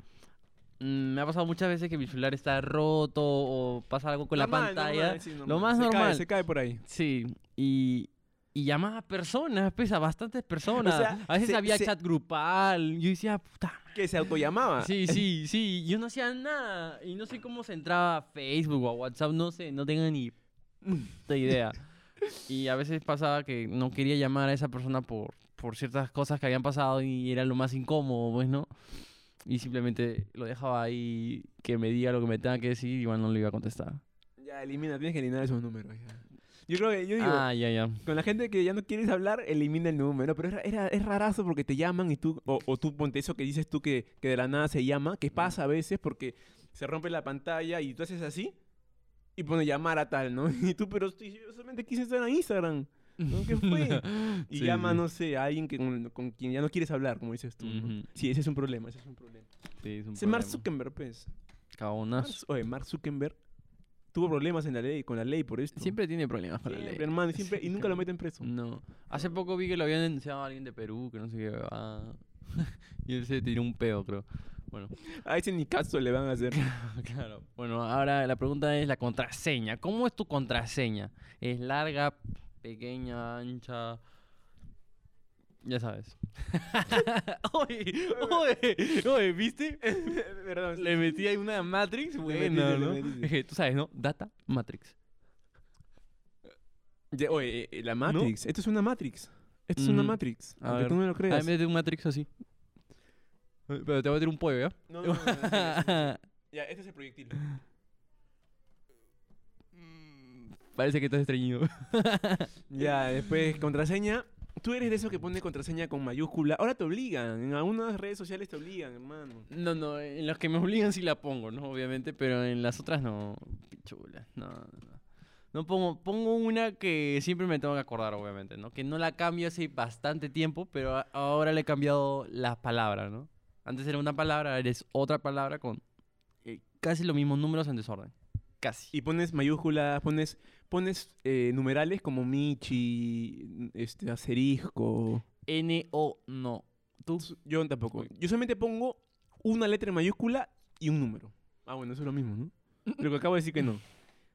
Speaker 2: mm, me ha pasado muchas veces que mi celular está roto o pasa algo con la
Speaker 1: Normal,
Speaker 2: pantalla.
Speaker 1: normal, sí, normal.
Speaker 2: más
Speaker 1: Se cae,
Speaker 2: normal.
Speaker 1: se cae por ahí.
Speaker 2: Sí, y, y llamaba a personas, pues a bastantes personas.
Speaker 1: sea,
Speaker 2: a veces
Speaker 1: se-
Speaker 2: había
Speaker 1: se- Ah,
Speaker 2: chat grupal. Yo decía, puta. madre".
Speaker 1: Que se autollamaba.
Speaker 2: Sí, sí, sí. Yo no hacía nada. Y no sé cómo se entraba a Facebook o a WhatsApp, no sé, no tengo ni puta
Speaker 1: [laughs]
Speaker 2: idea. Y a veces pasaba que no quería llamar a esa persona por, por ciertas cosas que habían pasado y era lo más incómodo, pues, ¿no? Y simplemente lo dejaba ahí que me diga lo que me tenga que decir y igual no le iba a contestar.
Speaker 1: Ya, elimina, tienes que eliminar esos números. ya. Yo creo que, yo digo,
Speaker 2: ah, ya, ya.
Speaker 1: con la gente que ya no quieres hablar, elimina el número. Pero era, era- es rarazo porque te llaman y tú, o, o tú ponte eso que dices tú que, que de la nada se llama, que pasa a veces porque se rompe la pantalla y tú haces así y pone llamar a tal, ¿no? [laughs] Y tú, pero estoy- yo solamente quise estar en Instagram. ¿no? ¿Qué fue? Y
Speaker 2: Sí,
Speaker 1: llama,
Speaker 2: sí.
Speaker 1: no sé, a alguien que, con, con quien ya no quieres hablar, como dices tú. ¿no?
Speaker 2: Ujú.
Speaker 1: Sí, ese es un problema, ese es un problema.
Speaker 2: [laughs] Sí, es un
Speaker 1: Ese
Speaker 2: problema.
Speaker 1: Mark Zuckerberg, pues. Mark
Speaker 2: Cabonazo.
Speaker 1: Zu- oye, Mark Zuckerberg tuvo problemas en la ley, con la ley por esto.
Speaker 2: Siempre tiene problemas con la
Speaker 1: Siempre,
Speaker 2: ley.
Speaker 1: hermano, y siempre, y nunca lo
Speaker 2: Siempre.
Speaker 1: meten preso.
Speaker 2: No. Hace poco vi que lo habían denunciado a alguien de Perú, que no sé qué. ah. [laughs] y él se tiró un pedo, creo. Bueno, [laughs]
Speaker 1: A ese ni caso le van a hacer.
Speaker 2: claro. Bueno, ahora la pregunta es la contraseña. ¿Cómo es tu contraseña? ¿Es larga, pequeña, ancha? Ya sabes. [laughs] oye, oye, oye,
Speaker 1: [laughs]
Speaker 2: ¿viste?
Speaker 1: Perdón.
Speaker 2: Le metí ahí una Matrix,
Speaker 1: metiste,
Speaker 2: bueno,
Speaker 1: le
Speaker 2: ¿no?
Speaker 1: metiste.
Speaker 2: Dije, Tú sabes, ¿no? Data Matrix.
Speaker 1: Ya, oye, eh, eh, la Matrix. Esto es una Matrix. Esto es una
Speaker 2: Mm.
Speaker 1: Matrix.
Speaker 2: A
Speaker 1: Aunque
Speaker 2: ver.
Speaker 1: tú no lo
Speaker 2: Ah,
Speaker 1: creas.
Speaker 2: en vez de un Matrix así. Eh, Pero te voy a tirar un pollo, ¿ya?
Speaker 1: No, no, no, no, no, no, no. Ya, este es el proyectil.
Speaker 2: [laughs] Parece que estás estreñido.
Speaker 1: Ya, después, contraseña. Tú eres de esos que pone contraseña con mayúscula. Ahora te obligan. En algunas redes sociales te obligan, hermano.
Speaker 2: No, no, en los que me obligan sí la pongo, ¿no? Obviamente, pero en las otras no. Pichula, no, no, no. No pongo, pongo una que siempre me tengo que acordar, obviamente, ¿no? Que no la cambio hace bastante tiempo, pero a- ahora le he cambiado las palabras, ¿no? Antes era una palabra, ahora es otra palabra con eh, casi los mismos números en desorden. Casi.
Speaker 1: Y pones mayúsculas, pones, pones eh, numerales como Michi, este, asterisco.
Speaker 2: N-O, no. ¿Tú?
Speaker 1: Yo tampoco. Yo solamente pongo una letra en mayúscula y un número. Ah, bueno, eso es lo mismo, ¿no? Lo que acabo de decir que no.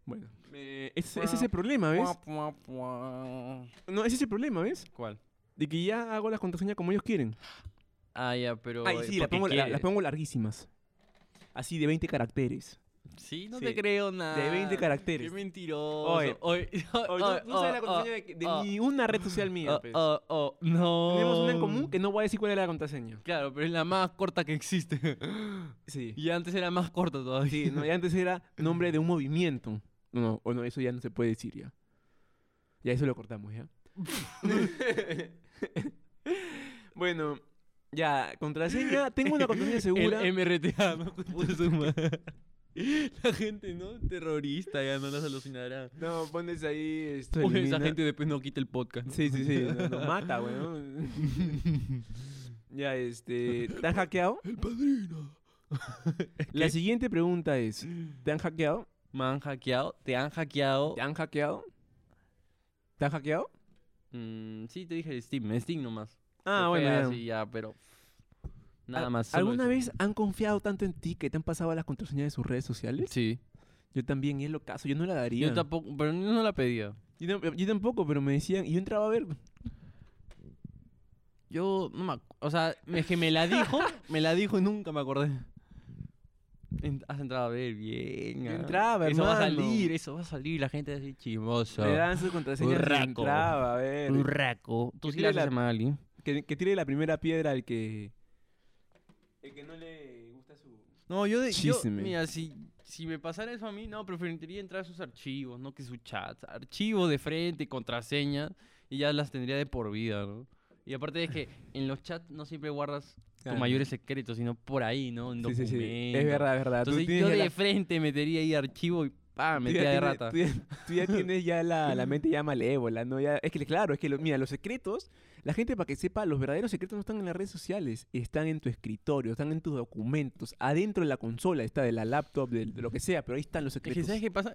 Speaker 1: Bueno, eh, es, es ese problema, ¿ves? No, es ese problema, ¿ves?
Speaker 2: ¿Cuál?
Speaker 1: De que ya hago las contraseñas como ellos quieren.
Speaker 2: Ah, ya, pero.
Speaker 1: Ay,
Speaker 2: eh,
Speaker 1: sí, las
Speaker 2: porque
Speaker 1: pongo, la-
Speaker 2: quiere-
Speaker 1: las pongo larguísimas. Así de 20 caracteres.
Speaker 2: Sí, no
Speaker 1: Sí.
Speaker 2: te creo nada.
Speaker 1: De 20 caracteres.
Speaker 2: Qué mentiroso.
Speaker 1: Oye,
Speaker 2: [laughs] Oye,
Speaker 1: Oye, no-
Speaker 2: oye,
Speaker 1: no sabes la
Speaker 2: Ah, oh,
Speaker 1: contraseña
Speaker 2: oh,
Speaker 1: de, de
Speaker 2: oh,
Speaker 1: ni una red social mía.
Speaker 2: oh,
Speaker 1: pues.
Speaker 2: oh, oh, no.
Speaker 1: Tenemos una en común que no voy a decir cuál era la contraseña.
Speaker 2: Claro, pero es la más corta que existe. [laughs]
Speaker 1: Sí.
Speaker 2: Y antes era más corta todavía.
Speaker 1: Sí, no, y antes era nombre de un movimiento. No, o no, eso ya no se puede decir ya. Ya eso lo cortamos, ¿ya? [laughs] bueno, ya, contraseña. Tengo una [laughs] contraseña segura.
Speaker 2: El MRTA, ¿no? [laughs] Concha su madre. La gente, ¿no? Terrorista, ya no las alucinará.
Speaker 1: No, pones ahí. Esto
Speaker 2: Oye, esa
Speaker 1: elimina.
Speaker 2: gente después no quita el podcast. ¿no?
Speaker 1: Sí, sí, sí. Nos mata, [laughs] weón. ya, este. ¿Te han hackeado?
Speaker 2: El padrino.
Speaker 1: [laughs] La siguiente pregunta es: ¿Te han hackeado?
Speaker 2: Me han hackeado. Te han hackeado.
Speaker 1: ¿Te han hackeado? ¿Te han hackeado?
Speaker 2: Mm, sí, te dije Steam. Steam nomás.
Speaker 1: Ah,
Speaker 2: Te
Speaker 1: bueno.
Speaker 2: pega
Speaker 1: ya.
Speaker 2: así, ya, pero. Nada
Speaker 1: ¿Al-
Speaker 2: más. solo
Speaker 1: Ah, ¿Alguna
Speaker 2: eso.
Speaker 1: vez han confiado tanto en ti que te han pasado las contraseñas de sus redes sociales?
Speaker 2: Sí.
Speaker 1: Yo también, y es lo caso. Yo no la daría.
Speaker 2: Yo tampoco. Pero no la pedía.
Speaker 1: Yo tam- yo tampoco, pero me decían. Y yo entraba a ver.
Speaker 2: Yo no me acu- O sea, me- es que me la
Speaker 1: [laughs]
Speaker 2: dijo, me la dijo y nunca me acordé. En- has entrado a ver bien.
Speaker 1: Yo
Speaker 2: ah.
Speaker 1: entraba,
Speaker 2: Eso va a
Speaker 1: hermano.
Speaker 2: salir, eso va a salir. La gente va a decir chismoso.
Speaker 1: Me daban sus contraseñas. y
Speaker 2: Urraco.
Speaker 1: entraba a ver.
Speaker 2: Urraco. Tú
Speaker 1: Que
Speaker 2: sí la
Speaker 1: tiene
Speaker 2: haces,
Speaker 1: la-
Speaker 2: Magali.
Speaker 1: Que, que tire la primera piedra al que. El que no le gusta su.
Speaker 2: No, yo, de, yo-
Speaker 1: Chisme.
Speaker 2: mira, si, si me pasara eso a mí, no, preferiría entrar a sus archivos, no que sus chats. Archivos de frente y contraseñas y ya las tendría de por vida, ¿no? Y aparte es que en los chats no siempre guardas tus mayores secretos, sino por ahí, ¿no? En
Speaker 1: Sí, sí, sí. Es
Speaker 2: documentos.
Speaker 1: verdad, es verdad. Tú
Speaker 2: Entonces
Speaker 1: tienes
Speaker 2: yo
Speaker 1: ya
Speaker 2: de
Speaker 1: la-
Speaker 2: frente metería ahí archivo y pa,
Speaker 1: tú ya
Speaker 2: metía de
Speaker 1: tienes-
Speaker 2: rata.
Speaker 1: Tú ya, tú ya tienes ya la,
Speaker 2: [laughs]
Speaker 1: la mente ya malévola, ¿no? Ya, es que, claro, es que, lo- mira, los secretos, la gente para que sepa, los verdaderos secretos no están en las redes sociales, están en tu escritorio, están en tus documentos, adentro de la consola, está de la laptop, de, de lo que sea, pero ahí están
Speaker 2: Es
Speaker 1: los secretos.
Speaker 2: que ¿sabes qué pasa?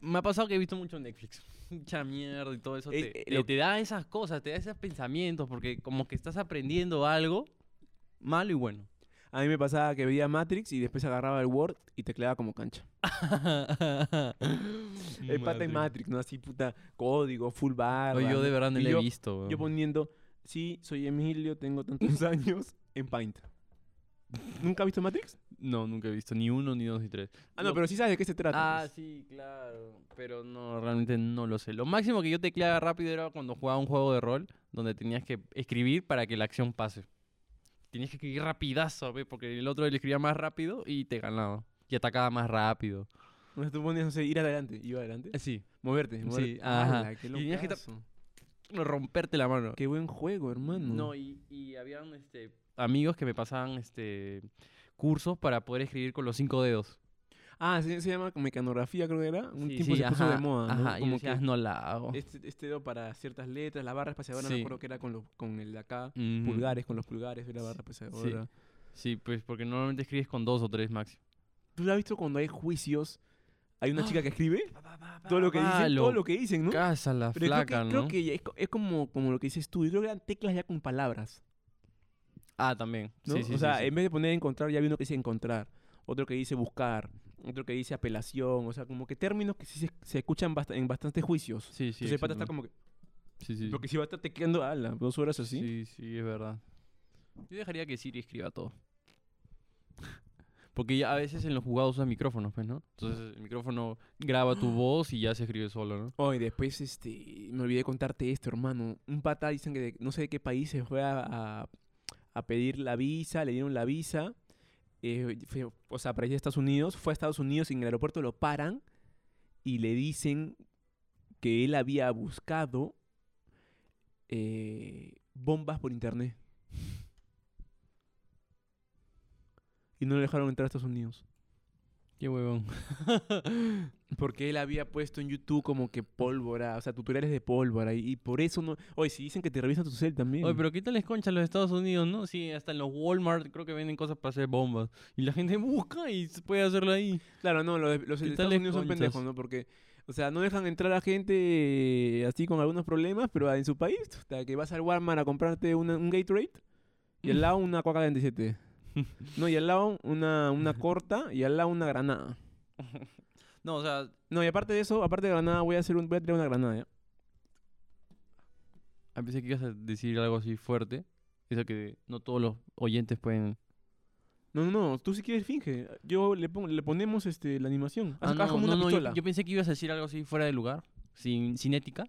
Speaker 2: Me ha pasado que he visto mucho Netflix. [laughs] Mucha mierda y todo eso.
Speaker 1: Eh,
Speaker 2: te,
Speaker 1: eh,
Speaker 2: te-
Speaker 1: lo-
Speaker 2: te da esas cosas, te da esos pensamientos, porque como que estás aprendiendo algo malo y bueno.
Speaker 1: A mí me pasaba que veía Matrix y después agarraba el Word y tecleaba como cancha.
Speaker 2: [laughs]
Speaker 1: El pata en Matrix, ¿no? Así, puta, código, full bar.
Speaker 2: Oye, yo de verdad no
Speaker 1: Y
Speaker 2: lo he
Speaker 1: yo-
Speaker 2: visto. weón.
Speaker 1: Yo poniendo, sí, soy Emilio, tengo tantos [laughs] años, en Paint. ¿Nunca has visto Matrix?
Speaker 2: No, nunca he visto ni uno, ni dos, ni tres.
Speaker 1: Ah, no,
Speaker 2: Lo-
Speaker 1: pero sí sabes de qué se trata.
Speaker 2: Ah,
Speaker 1: pues.
Speaker 2: sí, claro. Pero no, realmente no lo sé. Lo máximo que yo tecleaba rápido era cuando jugaba un juego de rol donde tenías que escribir para que la acción pase. Tenías que escribir rapidazo, ¿ve? porque el otro le escribía más rápido y te ganaba. Y atacaba más rápido.
Speaker 1: Entonces tú ponías, no sé, ir adelante, iba adelante.
Speaker 2: Eh, Sí,
Speaker 1: Moverte,
Speaker 2: Sí,
Speaker 1: moverte.
Speaker 2: ajá.
Speaker 1: ¡Hala, qué
Speaker 2: Y tenías que ta-
Speaker 1: locazo!
Speaker 2: romperte la mano.
Speaker 1: este Qué buen juego, hermano.
Speaker 2: No, y, y habían este, amigos que me pasaban este, cursos para poder escribir con los cinco dedos.
Speaker 1: Ah, sí, se llama mecanografía, creo que era. Un
Speaker 2: Sí,
Speaker 1: tipo
Speaker 2: sí,
Speaker 1: se puso de
Speaker 2: ajá,
Speaker 1: moda, ¿no?
Speaker 2: Ajá,
Speaker 1: Como
Speaker 2: y decías,
Speaker 1: que
Speaker 2: no la hago.
Speaker 1: este, este dedo para ciertas letras, la barra espaciadora,
Speaker 2: Sí. Mm.
Speaker 1: me acuerdo que era con, los con el de acá.
Speaker 2: Ujú.
Speaker 1: Pulgares, con los pulgares, la barra espaciadora.
Speaker 2: Sí, pues porque normalmente escribes con dos o tres máximo.
Speaker 1: ¿Tú lo has visto cuando hay juicios? Hay
Speaker 2: ¡Ah!
Speaker 1: una chica que escribe todo
Speaker 2: pa,
Speaker 1: lo que
Speaker 2: pa,
Speaker 1: dicen, todo
Speaker 2: lo-
Speaker 1: lo que dicen, ¿no?
Speaker 2: Casa la
Speaker 1: Pero creo
Speaker 2: flaca,
Speaker 1: que,
Speaker 2: ¿no?
Speaker 1: creo que ya es, co- es como, como lo que dices tú. Yo creo que eran teclas ya con palabras.
Speaker 2: Ah, también.
Speaker 1: ¿no?
Speaker 2: Sí, sí,
Speaker 1: o
Speaker 2: sí,
Speaker 1: sea,
Speaker 2: sí.
Speaker 1: en vez de poner encontrar, ya vi uno que dice encontrar. Otro que dice buscar. Otro que dice apelación. O sea, como que términos que sí se, se escuchan bast- en bastantes juicios.
Speaker 2: Sí, sí,
Speaker 1: Entonces el pata está
Speaker 2: exactamente.
Speaker 1: como que.
Speaker 2: Sí, sí.
Speaker 1: Porque si va a estar tecleando a la dos horas así.
Speaker 2: Sí, sí, es verdad. Yo dejaría que Siri escriba todo. [laughs] Porque ya a veces en los jugados usan micrófonos, pues, ¿no? Entonces el micrófono graba tu voz y ya se escribe solo, ¿no?
Speaker 1: Oh, y después, este, me olvidé contarte esto, hermano. Un pata, dicen que de- no sé de qué país se fue a, a- a pedir la visa, le dieron la visa. eh, fue- o sea, para ir a Estados Unidos. Fue a Estados Unidos y en el aeropuerto lo paran y le dicen que él había buscado eh, bombas por internet. Y no le dejaron entrar a Estados Unidos.
Speaker 2: Qué huevón.
Speaker 1: Porque él había puesto en YouTube como que pólvora, o sea, tutoriales de pólvora, y, y por eso no. Oye, si dicen que te revisan tu cel también.
Speaker 2: Oye, pero ¿qué tal es concha en los Estados Unidos, no? Sí, hasta en los Walmart creo que venden cosas para hacer bombas. Y la gente busca y se puede hacerlo ahí.
Speaker 1: Claro, no, los, de- los
Speaker 2: ¿Qué
Speaker 1: de
Speaker 2: tal
Speaker 1: Estados
Speaker 2: es
Speaker 1: Unidos son
Speaker 2: conchas?
Speaker 1: pendejos, ¿no? Porque, o sea, no dejan entrar a gente eh, así con algunos problemas, pero en su país, hasta que vas al Walmart a comprarte una- un Gatorade, y
Speaker 2: [laughs]
Speaker 1: al lado una coca 47. No, y al lado
Speaker 2: [laughs]
Speaker 1: una, una corta, y al lado una granada.
Speaker 2: No, o sea,
Speaker 1: No, y aparte de eso, aparte de granada, voy a hacer un, voy a tirar una granada, ¿ya?
Speaker 2: Ah, Pensé que ibas a decir algo así fuerte. Eso que no todos los oyentes pueden
Speaker 1: No, no, no, tú si quieres finge. Yo le, pongo, le ponemos este, la animación. Haz,
Speaker 2: Ah, no,
Speaker 1: haz como
Speaker 2: no,
Speaker 1: una
Speaker 2: no, yo-
Speaker 1: pistola.
Speaker 2: yo, pensé que ibas a decir algo así fuera de lugar, sin, sin ética.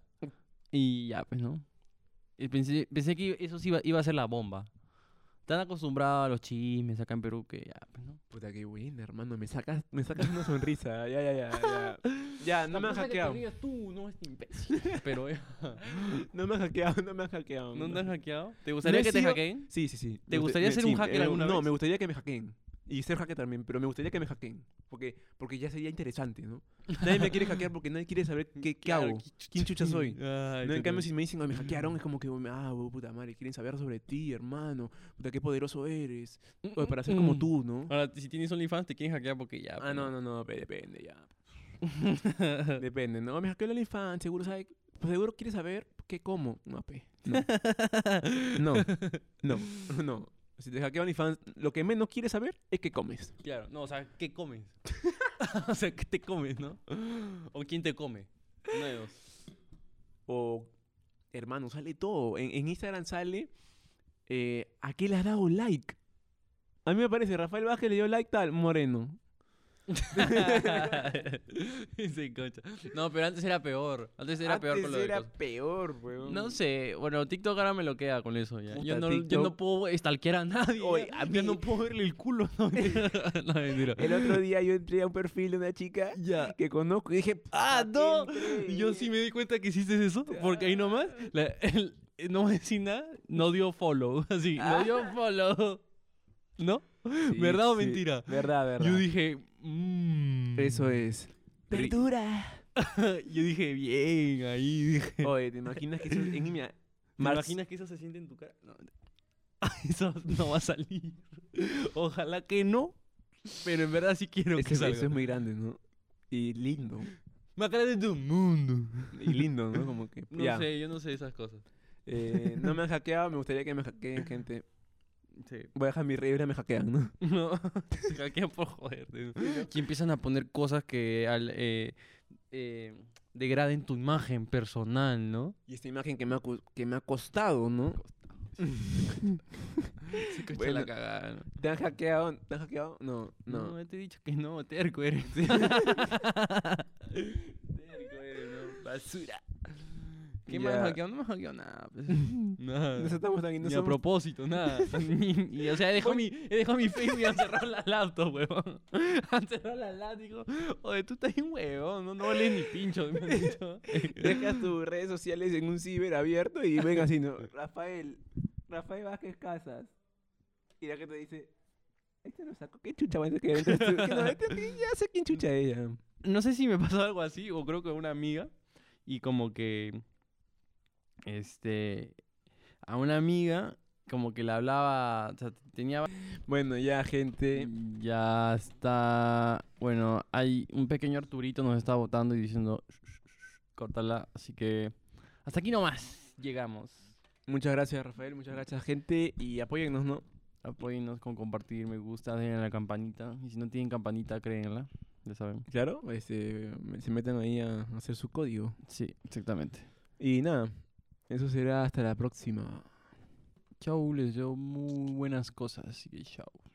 Speaker 2: Y ya, pues no. Y Pensé, pensé que eso sí iba, iba a ser la bomba. Tan acostumbrado a los chismes acá en Perú que ya, pues no.
Speaker 1: Puta, qué buena, hermano. Me sacas, me sacas una sonrisa. [laughs] Ya, ya, ya. Ya, ya no me han hackeado.
Speaker 2: tú, no, este imbécil. [laughs] Pero,
Speaker 1: [laughs]
Speaker 2: eh,
Speaker 1: No me han hackeado, no me han hackeado.
Speaker 2: ¿no te han hackeado? ¿Te
Speaker 1: he
Speaker 2: gustaría que te
Speaker 1: sido-
Speaker 2: hackeen?
Speaker 1: Sí, sí, sí.
Speaker 2: ¿Te
Speaker 1: Me gusta-
Speaker 2: gustaría
Speaker 1: me-
Speaker 2: ser un hacker
Speaker 1: me-
Speaker 2: alguna
Speaker 1: No,
Speaker 2: vez?
Speaker 1: me gustaría que me hackeen. Y ser hacker también, pero me gustaría que me hackeen. Porque, porque ya sería interesante, ¿no? Nadie me quiere hackear porque nadie quiere saber qué, qué
Speaker 2: Claro,
Speaker 1: hago.
Speaker 2: ¿qui-
Speaker 1: ¿Quién chucha soy?
Speaker 2: [laughs] Ay,
Speaker 1: No, en
Speaker 2: tú
Speaker 1: cambio,
Speaker 2: no.
Speaker 1: si me dicen, "Oh, me hackearon, es como que, ah, huevón, puta madre, quieren saber sobre ti, hermano. Puta, qué poderoso eres. Oye, pues, para ser como
Speaker 2: Mm.
Speaker 1: tú, ¿no?
Speaker 2: Ahora, si tienes OnlyFans, te quieren hackear porque ya. pues,
Speaker 1: Ah, no, no, no, pe- depende ya.
Speaker 2: [laughs]
Speaker 1: Depende, ¿no? Me hackeó el OnlyFans, seguro sabe, pues, seguro quiere saber qué como. No, pe. No, [laughs] no, no. no. Si te hackeó OnlyFans, lo que menos quieres saber es qué comes.
Speaker 2: Claro, no, o sea, ¿qué comes? [laughs] o sea, ¿qué te comes, no? ¿O quién te come? Uno de dos. [laughs]
Speaker 1: O, hermano, sale todo. En, en Instagram sale, eh, ¿a qué le has dado like? A mí me parece, Rafael Vázquez le dio like tal, moreno.
Speaker 2: Ese concha. No, pero antes era peor. Antes era peor con lo de
Speaker 1: era
Speaker 2: cosas.
Speaker 1: peor, weón.
Speaker 2: No sé, bueno, TikTok ahora me lo queda con eso ya.
Speaker 1: Puta,
Speaker 2: Yo no, yo
Speaker 1: TikTok.
Speaker 2: no puedo stalkear a nadie.
Speaker 1: Oye,
Speaker 2: ya.
Speaker 1: a
Speaker 2: Yo
Speaker 1: mí-
Speaker 2: no puedo verle el culo. No,
Speaker 1: [laughs]
Speaker 2: mentira. No, mentira.
Speaker 1: El otro día yo entré a un perfil de una chica
Speaker 2: Ya.
Speaker 1: que conozco y dije,
Speaker 2: ¡Ah,
Speaker 1: ¿pa' qué
Speaker 2: no!
Speaker 1: entré?
Speaker 2: Yo sí me di cuenta que hiciste eso, porque ahí nomás, la- el- no voy a decir nada, no dio follow, [laughs] así, no dio follow. ¿No?
Speaker 1: Sí,
Speaker 2: ¿Verdad o
Speaker 1: sí.
Speaker 2: mentira?
Speaker 1: Verdad, verdad.
Speaker 2: Yo dije, mmm.
Speaker 1: Eso es.
Speaker 2: Ri-
Speaker 1: Verdura.
Speaker 2: [laughs] Yo dije, bien, ahí dije.
Speaker 1: Oye, [laughs] ¿te imaginas que eso es- en mira,
Speaker 2: ¿Te
Speaker 1: Marx-
Speaker 2: imaginas que eso se siente en tu cara? No. [laughs] Eso no va a salir. [laughs] Ojalá que no, pero en verdad sí quiero
Speaker 1: [laughs] eso,
Speaker 2: que salga.
Speaker 1: eso es muy grande, ¿no? Y lindo.
Speaker 2: Me aclaré de tu mundo.
Speaker 1: Y lindo, ¿no? Como que.
Speaker 2: No
Speaker 1: ya.
Speaker 2: sé, yo no sé esas cosas.
Speaker 1: Eh, no me han hackeado, me gustaría que me hackeen, gente.
Speaker 2: Sí.
Speaker 1: Voy a dejar mi rey, me hackean, ¿no?
Speaker 2: [laughs] No, se hackean por joder. Y empiezan a poner cosas que al, eh, eh, degraden tu imagen personal, ¿no?
Speaker 1: Y esta imagen que me ha, cu- que me ha costado, ¿no?
Speaker 2: Se cacha
Speaker 1: Bueno.
Speaker 2: la cagada, ¿no?
Speaker 1: ¿Te han hackeado? ¿Te han hackeado? No,
Speaker 2: No.
Speaker 1: no. eh,
Speaker 2: ya te he dicho que no, [laughs] terco eres. terco eres, ¿no? Basura. ¿Qué me
Speaker 1: Ya.
Speaker 2: han hackeado? No me han hackeado nada. pues. [laughs] Nada.
Speaker 1: Nos estamos tan no
Speaker 2: Ni a
Speaker 1: somos-
Speaker 2: propósito, nada. Ni- [laughs] y, o sea, he dejado, mi, he dejado mi Facebook y han cerrado la laptop, huevón. [laughs] Han cerrado la laptop. Digo, oye, tú estás bien, huevón. No, no vales ni pincho, me han [laughs] dicho.
Speaker 1: Dejas tus redes sociales en un ciber abierto y ven así, [laughs] ¿no? Rafael, Rafael Vázquez Casas. Y la gente dice, este lo sacó, ¿qué chucha va a ser que entres tú? Que no, este- que ya sé quién chucha es ella.
Speaker 2: No sé si me pasó algo así, o creo que una amiga. Y como que. Este. A una amiga, como que le hablaba. O sea, tenía
Speaker 1: Bueno, ya, gente.
Speaker 2: Mm. Ya está. Bueno, hay un pequeño Arturito nos está votando y diciendo "Shh, shh, shh, córtala. Así que hasta aquí nomás llegamos.
Speaker 1: Muchas gracias, Rafael. Muchas gracias, gente. Y apóyennos, ¿no?
Speaker 2: Apóyennos con compartir, me gusta, denle a la campanita. Y si no tienen campanita, créenla. Ya saben.
Speaker 1: Claro, este, se metan ahí a hacer su código.
Speaker 2: Sí, exactamente.
Speaker 1: Y nada, eso será hasta la próxima.
Speaker 2: Chau, les deseo muy buenas cosas. Así que chau.